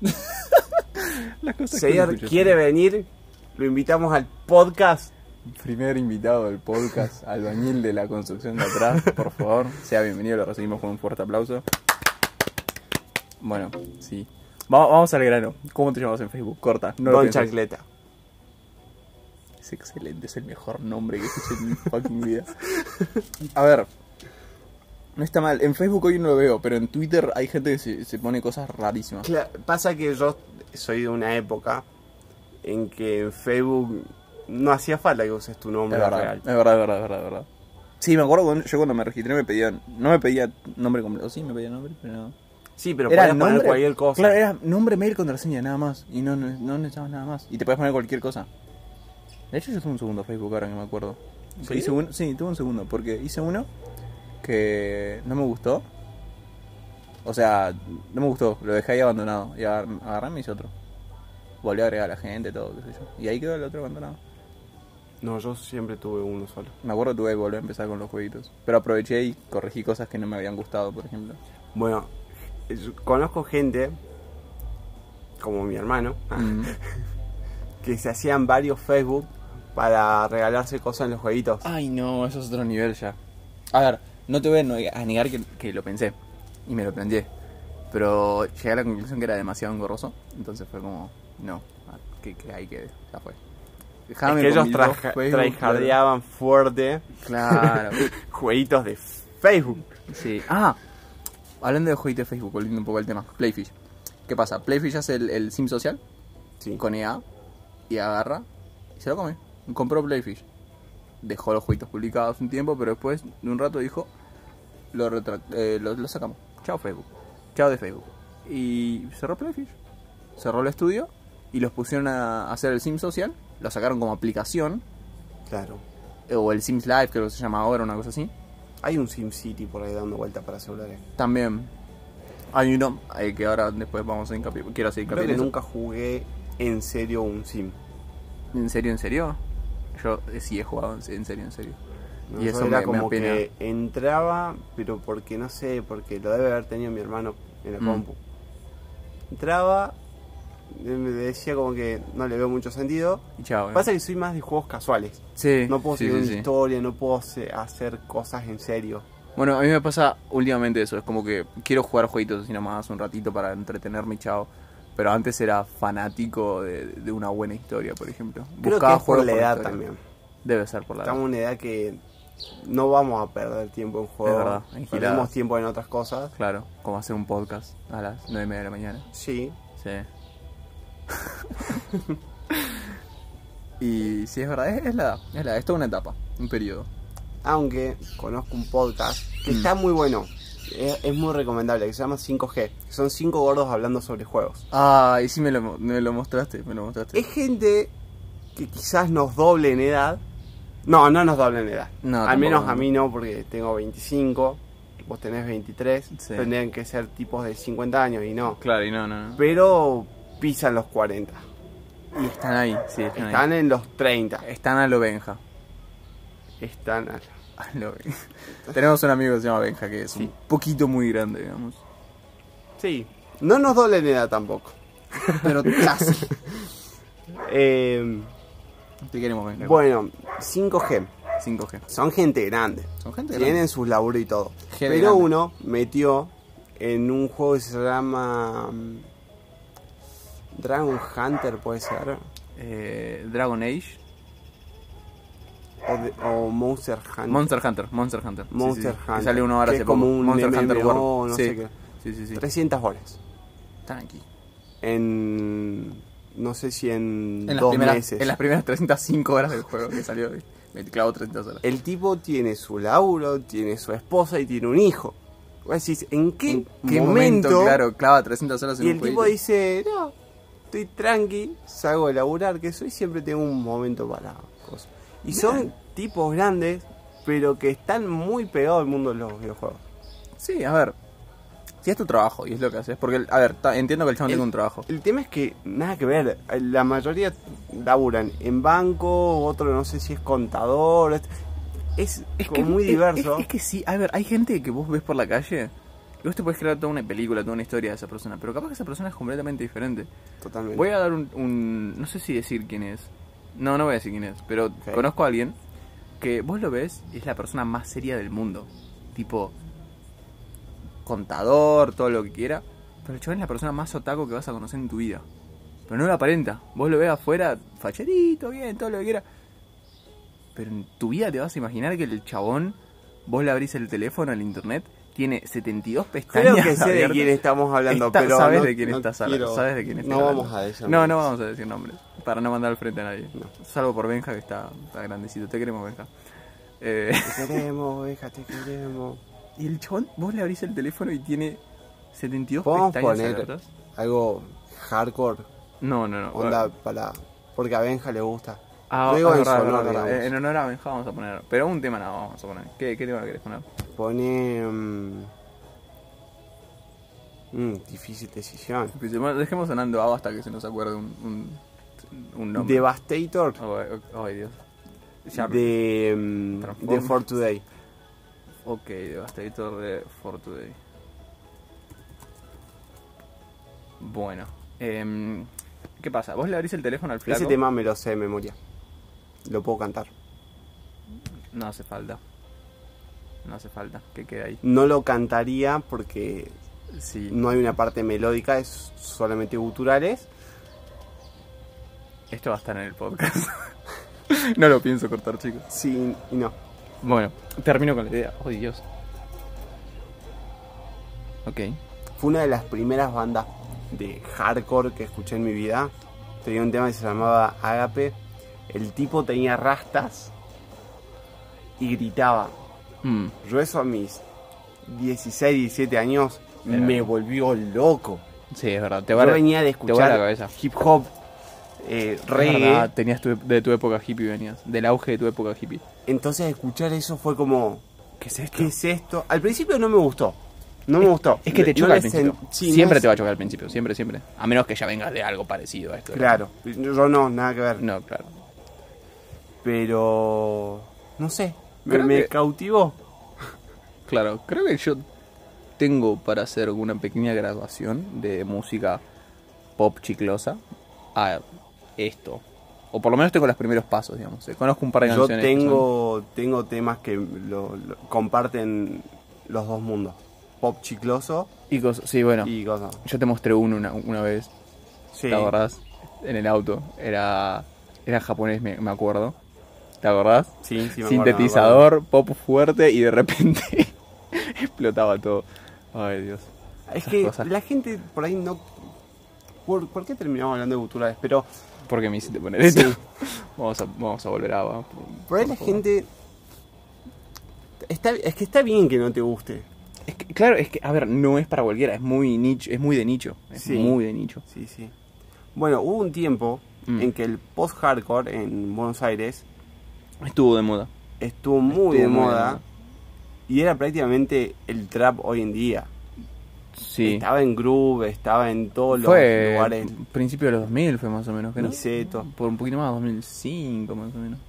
A: Las cosas que uno
B: Señor,
A: escucha.
B: ¿quiere venir? Lo invitamos al podcast.
A: Primer invitado del podcast, albañil de la construcción de atrás, por favor, sea bienvenido, lo recibimos con un fuerte aplauso. Bueno, sí. Va- vamos al grano. ¿Cómo te llamas en Facebook? Corta, no lo
B: Don
A: pienses.
B: Chancleta.
A: Es excelente, es el mejor nombre que escuché en mi fucking vida. A ver, no está mal. En Facebook hoy no lo veo, pero en Twitter hay gente que se, se pone cosas rarísimas.
B: Cla- Pasa que yo soy de una época en que en Facebook no hacía falta que uses tu
A: Es
B: nombre
A: verdad,
B: real.
A: es verdad, es verdad, es verdad, es verdad. Sí, me acuerdo cuando yo cuando me registré me pedían, no me pedía nombre completo, sí me pedía nombre, pero no.
B: Sí, pero podías poner cualquier cosa.
A: Claro, era nombre, mail, contraseña, nada más. Y no, no, no necesitabas nada más. Y te podías poner cualquier cosa. De hecho, yo tuve un segundo Facebook ahora que me acuerdo.
B: ¿Sí?
A: Hice uno- sí, tuve un segundo. Porque hice uno que no me gustó. O sea, no me gustó, lo dejé ahí abandonado. Y agar- agarré y me hice otro. Volví a agregar a la gente, todo, qué sé yo. Y ahí quedó el otro abandonado.
B: No, yo siempre tuve uno solo.
A: Me acuerdo que tuve que volver a empezar con los jueguitos. Pero aproveché y corregí cosas que no me habían gustado, por ejemplo.
B: Bueno, yo conozco gente, como mi hermano,
A: Mm.
B: que se hacían varios Facebook para regalarse cosas en los jueguitos.
A: Ay, no, eso es otro nivel ya. A ver, no te voy a neg- a negar que, que lo pensé. Y me lo planteé. Pero llegué a la conclusión que era demasiado engorroso. Entonces fue como, no, ah, que, que ahí quede. Ya fue.
B: Es
A: Dejame
B: que
A: con
B: ellos
A: mis
B: traja-
A: dos Facebook,
B: traijardeaban fuerte
A: Claro. claro.
B: jueguitos de Facebook.
A: Sí. Ah, hablando de jueguitos de Facebook, volviendo un poco al tema. Playfish. ¿Qué pasa? Playfish hace el, el sim social
B: Sí.
A: con EA y agarra y se lo come. Compró Playfish. Dejó los jueguitos publicados un tiempo, pero después de un rato dijo, lo, retra- eh, lo, lo sacamos. Chao Facebook. Chao de Facebook. Y cerró Playfish. Cerró el estudio y los pusieron a hacer el sim social. Lo sacaron como aplicación. eh,
B: Claro.
A: O el Sims Live, creo que se llama ahora, una cosa así.
B: Hay un SimCity por ahí dando vuelta para celulares.
A: También hay uno eh, que ahora después vamos a hincapié. Quiero hacer hincapié
B: Creo
A: en
B: que
A: eso.
B: nunca jugué en serio un Sim.
A: ¿En serio, en serio? Yo eh, sí he jugado en en serio, en serio.
B: No,
A: y
B: yo
A: eso
B: era
A: me, me
B: como
A: apena.
B: que entraba, pero porque no sé, porque lo debe haber tenido mi hermano en la
A: Mm.
B: compu. Entraba, eh, me decía como que no le veo mucho sentido.
A: Y chao. eh.
B: Pasa que soy más de juegos casuales.
A: Sí,
B: No puedo
A: sí,
B: seguir
A: sí,
B: una
A: sí.
B: historia, no puedo se- hacer cosas en serio.
A: Bueno, a mí me pasa últimamente eso. Es como que quiero jugar jueguitos así nomás un ratito para entretenerme y chao. Pero antes era fanático de, de una buena historia, por ejemplo.
B: Creo que
A: Buscaba
B: es por
A: juegos
B: la edad
A: historia.
B: también.
A: Debe ser por la
B: Estamos en
A: edad.
B: una edad que no vamos a perder tiempo en juegos.
A: verdad, en
B: Perdemos
A: giladas.
B: tiempo en otras cosas.
A: Claro, como hacer un podcast a las 9 y media de la mañana.
B: Sí,
A: Sí. y sí, es verdad, es, es la edad, es la edad, es toda una etapa, un periodo.
B: aunque conozco un podcast que
A: Mm.
B: está muy bueno. Es, es muy recomendable, que se llama 5G. que son cinco gordos hablando sobre juegos.
A: Ah, y sí me lo, mo- me lo mostraste, me lo mostraste.
B: Es gente que quizás nos doble en edad. No, no nos doble en edad.
A: No,
B: Al
A: tampoco,
B: menos
A: no.
B: a mí no, porque tengo 25, vos tenés 23.
A: Sí.
B: Tendrían que ser tipos de 50 años y no.
A: Claro, y no, no, no.
B: Pero pisan los 40.
A: Y están ahí, sí, están,
B: Están
A: ahí.
B: en los 30.
A: Están a lo Benja.
B: Están al-
A: A lo Benja. Tenemos un amigo que se llama Benja, que es un poquito muy grande, digamos.
B: Sí. No nos doble en edad tampoco.
A: Pero casi.
B: Eh,
A: Te queremos Benja.
B: bueno, 5G.
A: 5G.
B: Son gente grande.
A: Son gente
B: Tienen
A: grande.
B: sus laburos y todo.
A: Gente
B: Pero
A: grande.
B: uno metió en un juego que se llama mm, Dragon Hunter, puede ser.
A: Eh, Dragon Age.
B: O, de- o Monster Hunter.
A: Monster Hunter, Monster Hunter. Sí, sí,
B: Monster
A: sí. Que
B: Hunter,
A: Sale uno ahora
B: que
A: hace
B: es como
A: poco.
B: un
A: Monster Hunter
B: MMO,
A: World.
B: no
A: sí.
B: sé qué.
A: sí, sí, sí.
B: 300 horas.
A: Tranqui.
B: En. No sé si en,
A: En las,
B: dos
A: primeras,
B: meses.
A: en las primeras 305 horas del juego que salió, me clavo 300 horas.
B: El tipo tiene su lauro, tiene su esposa y tiene un hijo. Vos decís, ¿en qué,
A: ¿En
B: momento?
A: Claro, clava 300 horas en
B: y
A: un
B: el tipo
A: jueguito.
B: dice, no, estoy tranqui, salgo de laburar, que soy, siempre tengo un momento para cosas. Y son tipos grandes, pero que están muy pegados al mundo de los videojuegos.
A: Sí, a ver. Si es tu trabajo y es lo que haces. Porque, a ver, ta- entiendo que el chabón
B: El-
A: tiene un trabajo.
B: El tema es que nada que ver, la mayoría laburan en banco, otro no sé si es contador, es, es como muy diverso.
A: Es, que sí, a ver, hay gente que vos ves por la calle. Y vos te puedes crear toda una película, toda una historia de esa persona. Pero capaz que esa persona es completamente diferente.
B: Totalmente.
A: Voy a dar un, un- No sé si decir quién es. No, no voy a decir quién es. Pero
B: Ok.
A: conozco a alguien que vos lo ves y es la persona más seria del mundo. Tipo. Contador, todo lo que quiera. Pero el chaval es la persona más otaku que vas a conocer en tu vida. Pero no lo aparenta. Vos lo ves afuera, facherito, bien, todo lo que quiera. Pero en tu vida te vas a imaginar que el chabón, vos le abrís el teléfono, el internet, tiene 72 pestañas.
B: Creo que sé de
A: abiertas.
B: quién estamos hablando,
A: Está-
B: pero.
A: sabes
B: no-
A: de quién
B: no
A: estás
B: quiero-
A: hablando. Sabes de quién estás
B: No
A: hablando.
B: vamos a decir.
A: No, no vamos a decir nombres. Para no mandar al frente a nadie.
B: No.
A: Salvo por Benja, que está, está grandecito. Te queremos, Benja. Eh,
B: Te queremos, hija, te queremos.
A: y el chabón, vos le abrís el teléfono y tiene 72
B: Podemos
A: pestañas
B: poner
A: abiertas.
B: algo hardcore,
A: No, no, no.
B: onda para. Porque a Benja le gusta.
A: Ah,
B: Luego
A: ah,
B: en
A: verdad,
B: su honor,
A: verdad, verdad.
B: digamos.
A: En honor a Benja vamos a poner. Pero un tema nada más vamos a poner. ¿Qué, qué tema querés poner?
B: Pone. mm, Mm, difícil decisión.
A: Bueno, dejemos sonando ABBA hasta que se nos acuerde un, un, un nombre.
B: Devastator
A: Ay, Dios. Ya-
B: de, mm, de
A: Transform.
B: For Today.
A: Ok, Devastator de For Today. Bueno, em, ¿qué pasa? ¿Vos le abrís el teléfono al flaco?
B: Ese tema me lo sé de memoria. Lo puedo cantar.
A: No hace falta. No hace falta, que quede ahí.
B: No lo cantaría porque
A: Sí.
B: no hay una parte melódica, es solamente guturales.
A: Esto va a estar en el podcast. no lo pienso cortar, chicos.
B: Sí y no.
A: Bueno, termino con la idea. Oh, Dios. Ok.
B: Fue una de las primeras bandas de hardcore que escuché en mi vida. Tenía un tema que se llamaba Agape. El tipo tenía rastas y gritaba.
A: Mm.
B: Yo eso a mis 16, 17 años
A: Era-
B: me volvió loco.
A: Sí, es verdad. Te
B: Yo
A: va a-
B: venía de
A: te va a la
B: escuchar
A: cabeza.
B: hip hop, eh,
A: Es
B: reggae.
A: verdad, tenías tu- de tu época hippie venías. Del auge de tu época hippie.
B: Entonces escuchar eso fue como,
A: ¿Qué es esto?
B: ¿qué es esto? Al principio no me gustó. No me gustó.
A: Es que te
B: No
A: choca al
B: le
A: principio.
B: sen- sí,
A: siempre
B: no
A: te va a chocar al principio, siempre, siempre. A menos que ya vengas de algo parecido a esto.
B: Claro, yo no, nada que ver.
A: No, claro.
B: Pero. No sé. Me,
A: Creo
B: me
A: que-
B: cautivó.
A: Claro, creo que yo tengo para hacer una pequeña graduación de música pop chiclosa a esto. O por lo menos tengo los primeros pasos, digamos. Eh, Conozco un par de
B: Yo
A: canciones. que
B: tengo, tengo temas que lo- lo- comparten los dos mundos: pop chicloso
A: son- y cos- Sí, bueno.
B: y cosas.
A: Yo te mostré uno una, una vez,
B: Sí.
A: ¿te acordás? En el auto. Era, era japonés, me, me acuerdo. ¿Te acordás?
B: Sí, sí, me acuerdo, me acuerdo.
A: sintetizador, pop fuerte y de repente explotaba todo. Ay, Dios.
B: Es
A: Esas
B: que
A: cosas.
B: la gente por ahí no. ¿Por, por qué terminamos hablando de culturales? Pero
A: ¿Por qué me hiciste poner esto? vamos, a, vamos a volver a... Por,
B: por ahí la
A: favor.
B: gente. Está, es que está bien que no te guste.
A: Es que, claro, es que, a ver, no es para cualquiera, es muy nicho, es muy de nicho. Es
B: Sí.
A: muy de nicho.
B: Sí, sí. Bueno, hubo un tiempo
A: Mm.
B: en que el post-hardcore en Buenos Aires
A: Estuvo de moda.
B: estuvo muy
A: Estuvo
B: de
A: muy de
B: moda
A: moda.
B: y era prácticamente el trap hoy en día.
A: Sí.
B: Estaba en groove, estaba en todos los
A: fue
B: lugares
A: principio de los 2000 fue más o menos, que no?
B: misetos.
A: Por un poquito más, 2005 más o menos.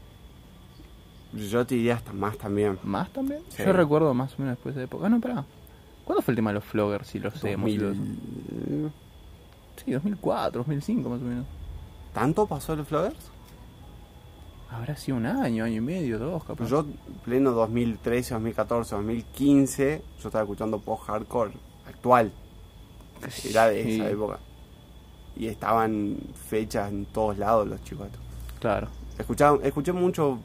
B: Yo te diría hasta más también.
A: ¿Más también?
B: Sí.
A: Yo recuerdo más o menos después de esa época. Ah, no, pará. ¿Cuándo fue el tema de los floggers y los demos?
B: 2000.
A: Sí, 2004, 2005 más o menos.
B: ¿Tanto pasó el Flowers?
A: Habrá sido un año, año y medio, dos, capaz.
B: Yo pleno 2013, 2014, 2015, yo estaba escuchando post-hardcore actual. Era de
A: Sí,
B: esa época. Y estaban fechas en todos lados los chicos. estos.
A: Claro.
B: Escuchaba, escuché mucho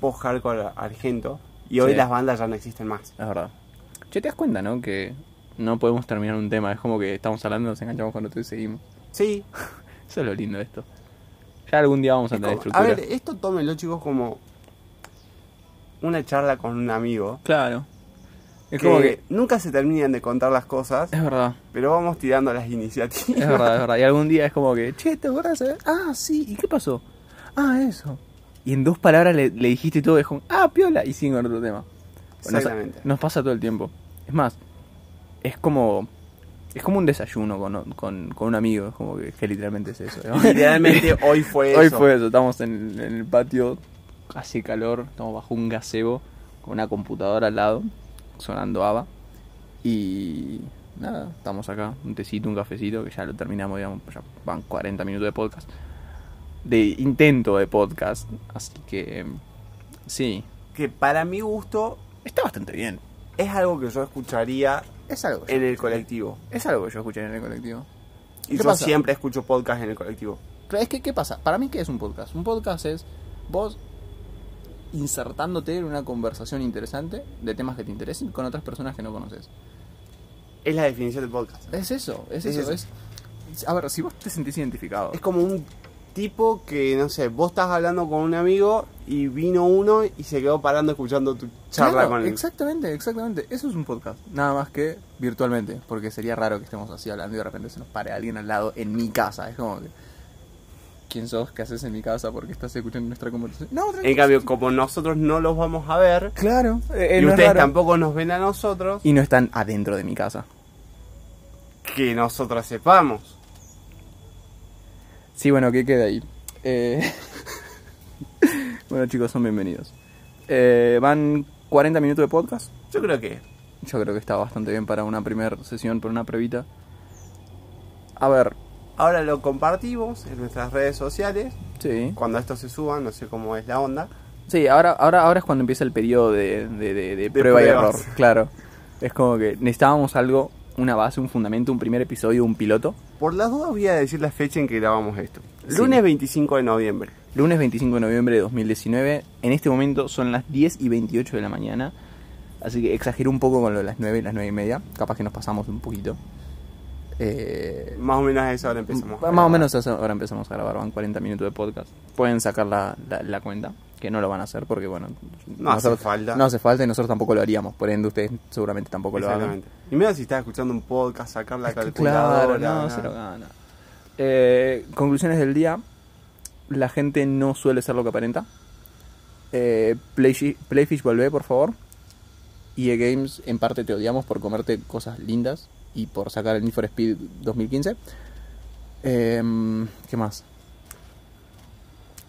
B: post-hardcore argento y hoy
A: Sí.
B: las bandas ya no existen más.
A: Es verdad. Che, te das cuenta, ¿no? Que no podemos terminar un tema. Es como que estamos hablando, nos enganchamos con otro y seguimos.
B: Sí,
A: Eso es lo lindo de esto. Ya algún día vamos a
B: es
A: tener
B: como-
A: estructura.
B: a ver, eh, esto tómenlo chicos como una charla con un amigo.
A: Claro. Es como que...
B: nunca se terminan de contar las cosas,
A: Es verdad,
B: pero vamos tirando las
A: es
B: iniciativas.
A: verdad, es verdad. Y algún día es como que, che, ¿te acordás? de- Ah, sí, ¿y qué pasó? Ah, eso. Y en dos palabras le, le dijiste todo, es como, ah, piola, y siguen con otro tema. Nos,
B: Exactamente.
A: nos pasa todo el tiempo. Es más, es como es como un desayuno con, con, con un amigo, es como que, que literalmente es eso. ¿no?
B: Idealmente hoy fue
A: Hoy
B: eso.
A: fue eso, estamos en, en el patio, hace calor, estamos bajo un gazebo con una computadora al lado, sonando ABBA. Y nada, estamos acá, un tecito, un cafecito, que ya lo terminamos, digamos, ya van 40 minutos de podcast. De intento de podcast, así que em, sí,
B: Que para mi gusto
A: está bastante bien.
B: es algo que yo escucharía
A: Es algo que
B: en
A: yo-
B: el colectivo.
A: es algo que yo escuché en el colectivo.
B: Y
A: ¿Qué
B: yo
A: pasa?
B: siempre escucho podcast en el colectivo.
A: Claro, es que, ¿qué pasa? Para mí, ¿qué es un podcast? Un podcast es vos insertándote en una conversación interesante de temas que te interesen con otras personas que no conoces.
B: Es la definición del podcast.
A: Es eso, es,
B: Es
A: eso,
B: eso.
A: es- A ver, si vos te sentís identificado.
B: Es como un tipo que, no sé, vos estás hablando con un amigo y vino uno y se quedó parando escuchando tu charla
A: Claro,
B: con él.
A: Exactamente, exactamente. Eso es un podcast. Nada más que virtualmente, porque sería raro que estemos así hablando y de repente se nos pare alguien al lado en mi casa. Es como que... ¿Quién sos? ¿Qué haces en mi casa? ¿Por qué estás escuchando nuestra conversación? No,
B: En cambio, como nosotros no los vamos a ver
A: Claro. eh, eh,
B: y
A: no es
B: ustedes
A: raro.
B: tampoco nos ven a nosotros,
A: Y no están adentro de mi casa.
B: que nosotros sepamos.
A: Sí, bueno, que queda ahí. Eh, bueno, chicos, son bienvenidos. Eh, van 40 minutos de podcast.
B: Yo creo que
A: Yo creo que está bastante bien para una primera sesión, para una previta. A ver,
B: ahora lo compartimos en nuestras redes sociales.
A: sí.
B: Cuando esto se suba, no sé cómo es la onda.
A: Sí, ahora, ahora, ahora es cuando empieza el periodo de, de- de- de prueba
B: pruebas.
A: y error, claro. Es como que necesitábamos algo, una base, un fundamento, un primer episodio, un piloto.
B: Por las dudas voy a decir la fecha en que grabamos esto.
A: Sí.
B: Lunes 25 de noviembre.
A: Lunes 25 de noviembre de 2019. En este momento son las 10 y 28 de la mañana. Así que exagero un poco con lo de las 9 y las 9 y media. Capaz que nos pasamos un poquito. Eh,
B: Más o menos a esa hora empezamos. a
A: más o
B: grabar.
A: menos eso, ahora empezamos a grabar. Van 40 minutos de podcast. Pueden sacar la, la- la cuenta. Que no lo van a hacer porque, bueno.
B: No hace falta.
A: No hace falta y nosotros tampoco lo haríamos. Por ende, ustedes seguramente tampoco lo hagan.
B: Exactamente. Y menos si estás escuchando un podcast, sacar la calculadora.
A: Claro, no,
B: nada.
A: se lo gana. Eh, conclusiones del día. La gente no suele ser lo que aparenta. Eh, Playfi- Playfish vuelve, por favor. EA Games, en parte te odiamos por comerte cosas lindas y por sacar el Need for Speed 2015. Em, ¿Qué más?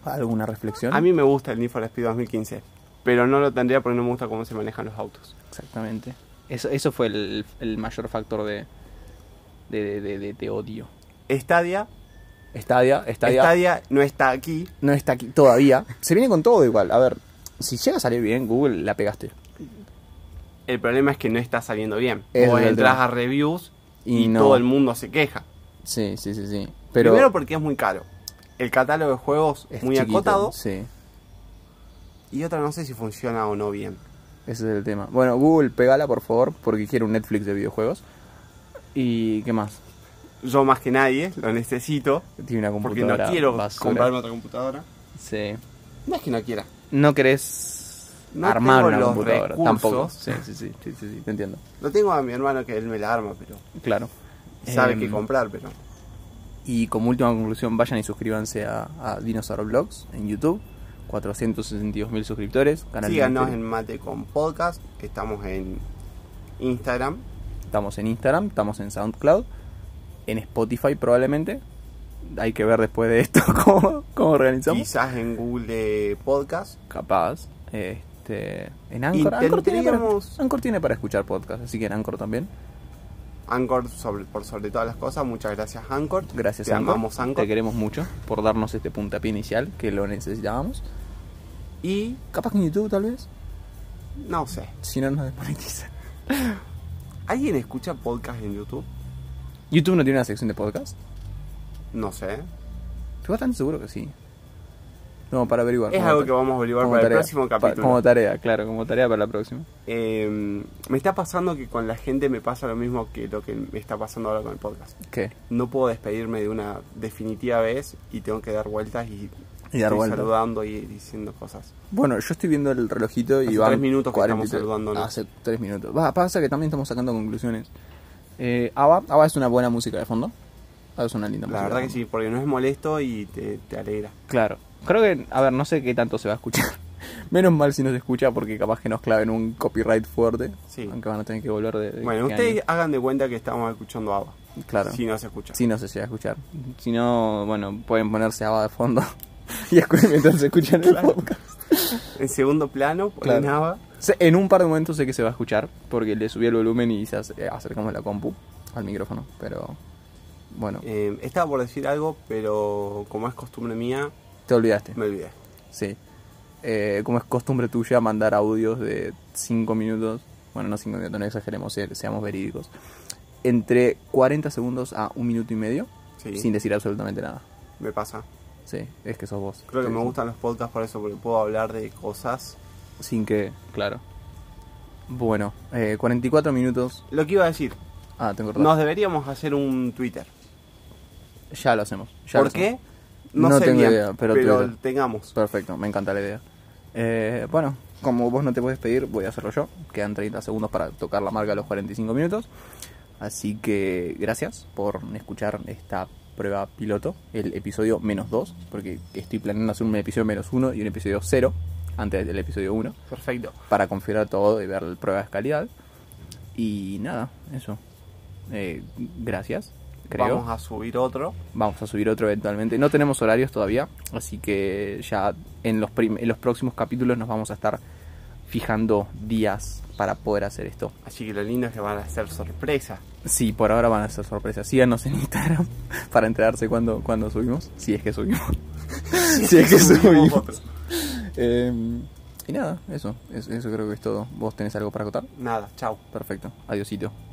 A: ¿Alguna reflexión?
B: A mí me gusta el Need for Speed 2015, pero no lo tendría porque no me gusta cómo se manejan los autos.
A: Exactamente. Eso, eso fue el, el mayor factor de, de, de- de- de- de odio.
B: Stadia,
A: Stadia, Stadia,
B: Stadia, no está aquí.
A: no está aquí todavía. Se viene con todo igual. A ver, si llega a salir bien, Google la pegaste.
B: El problema es que no está saliendo bien.
A: Es
B: Vos
A: verdad.
B: entras a reviews
A: Y
B: y,
A: no.
B: todo el mundo se queja.
A: Sí, sí, sí, sí. Pero
B: Primero porque es muy caro. El catálogo de juegos
A: es
B: muy
A: chiquito,
B: acotado.
A: Sí,
B: Y otra no sé si funciona o no bien.
A: ese es el tema. Bueno, Google, pegala por favor, porque quiero un Netflix de videojuegos. ¿Y qué más?
B: Yo más que nadie lo necesito.
A: Tiene una
B: Porque no
A: computadora.
B: quiero
A: basura.
B: comprarme otra computadora.
A: Sí.
B: No es que no quiera.
A: No querés
B: No
A: armar
B: tengo
A: una
B: los
A: computadora.
B: recursos.
A: Tampoco. Sí, sí, sí, sí, sí, sí, te entiendo.
B: Lo tengo a mi hermano que él me la arma, pero
A: Claro.
B: sabe
A: Em,
B: qué comprar, pero
A: Y como última conclusión, vayan y suscríbanse a, a Dinosaur Blogs en YouTube. 462.000 suscriptores. Canal de
B: síganos
A: misterio.
B: en Mate con Podcast. Estamos en Instagram.
A: Estamos en Instagram, estamos en SoundCloud, en Spotify probablemente. Hay que ver después de esto cómo, cómo organizamos.
B: Quizás en Google Podcast.
A: Capaz. Este, en Anchor. Anchor tiene, para,
B: Intentaríamos-
A: Anchor tiene para escuchar podcast, así que en Anchor también.
B: Anchor sobre, por sobre todas las cosas. Muchas gracias Anchor.
A: Gracias,
B: Te
A: Anchor.
B: amamos
A: Te
B: Anchor.
A: queremos mucho por darnos este puntapié inicial que lo necesitábamos.
B: Y
A: Capaz que en YouTube tal vez,
B: no sé.
A: si no nos desmonetizan.
B: ¿Alguien escucha podcast en YouTube?
A: YouTube no tiene una sección de podcast.
B: No sé.
A: Estoy bastante seguro que sí. No, para averiguar.
B: Es
A: como
B: algo
A: ta-
B: que vamos a averiguar
A: como
B: para
A: tarea.
B: el próximo
A: Pa-
B: capítulo.
A: como tarea, claro, como tarea para la próxima.
B: Eh, me está pasando que con la gente me pasa lo mismo que lo que me está pasando ahora con el podcast.
A: ¿Qué?
B: No puedo despedirme de una definitiva vez y tengo que dar vueltas y,
A: Y dar
B: estoy
A: vueltas.
B: saludando y diciendo cosas.
A: Bueno, yo estoy viendo el relojito y
B: Hace
A: van
B: tres minutos que estamos saludándonos.
A: Hace tres minutos. Va, pasa que también estamos sacando conclusiones. Eh, Ava, Ava es una buena música de fondo. Ava es una linda
B: La
A: música.
B: verdad
A: de
B: que
A: fondo.
B: sí, porque no es molesto y te, te alegra.
A: Claro. Creo que, a ver, no sé qué tanto se va a escuchar. Menos mal si no se escucha porque capaz que nos claven un copyright fuerte.
B: Sí.
A: Aunque van a tener que volver de. de
B: Bueno,
A: qué
B: ustedes
A: año.
B: hagan de cuenta que estamos escuchando agua.
A: Claro.
B: Si no se escucha.
A: Si no se llega a escuchar. Si no, bueno, pueden ponerse Ava de fondo y escuchar mientras se escuchan el
B: Claro.
A: podcast.
B: En segundo plano, ponen
A: Claro.
B: ABBA.
A: Se- En un par de momentos sé que se va a escuchar, porque le subí el volumen y se ac- eh, acercamos la compu al micrófono, pero bueno,
B: Eh, estaba por decir algo, pero como es costumbre mía,
A: te olvidaste.
B: me olvidé.
A: Sí. Eh, como es costumbre tuya mandar audios de 5 minutos, bueno, no 5 minutos, no exageremos, se- seamos verídicos, entre 40 segundos a un minuto y medio,
B: Sí,
A: sin decir absolutamente nada.
B: me pasa.
A: Sí, es que sos vos.
B: Creo que
A: Sí,
B: me
A: sí.
B: gustan los podcasts por eso, porque puedo hablar de cosas.
A: Sin que, claro. Bueno, eh, 44 minutos.
B: Lo que iba a decir,
A: Ah, te acordás.
B: nos deberíamos hacer un Twitter.
A: Ya lo hacemos. ya lo
B: ¿Por
A: hacemos.
B: qué? No,
A: No
B: sé
A: tengo
B: bien,
A: idea, pero Twitter.
B: tengamos.
A: Perfecto, me encanta la idea. Eh, bueno, como vos no te puedes pedir, voy a hacerlo yo. Quedan 30 segundos para tocar la marca a los 45 minutos. Así que gracias por escuchar esta prueba piloto, el episodio menos 2, porque estoy planeando hacer un episodio menos 1 y un episodio 0 antes del episodio 1,
B: Perfecto.
A: para configurar todo y ver la prueba de calidad. Y nada, eso. Eh, gracias, creo.
B: Vamos a subir otro.
A: Vamos a subir otro eventualmente. No tenemos horarios todavía, así que ya en los, prim- en los próximos capítulos nos vamos a estar fijando días para poder hacer esto.
B: Así que lo lindo es que van a ser sorpresas.
A: Sí, por ahora van a ser sorpresas. Síganos en Instagram para enterarse cuando, cuando subimos. Si es que subimos. si es que subimos. Eh, y nada, eso, eso. Eso creo que es todo. ¿Vos tenés algo para acotar?
B: Nada, chau.
A: Perfecto. Adiosito.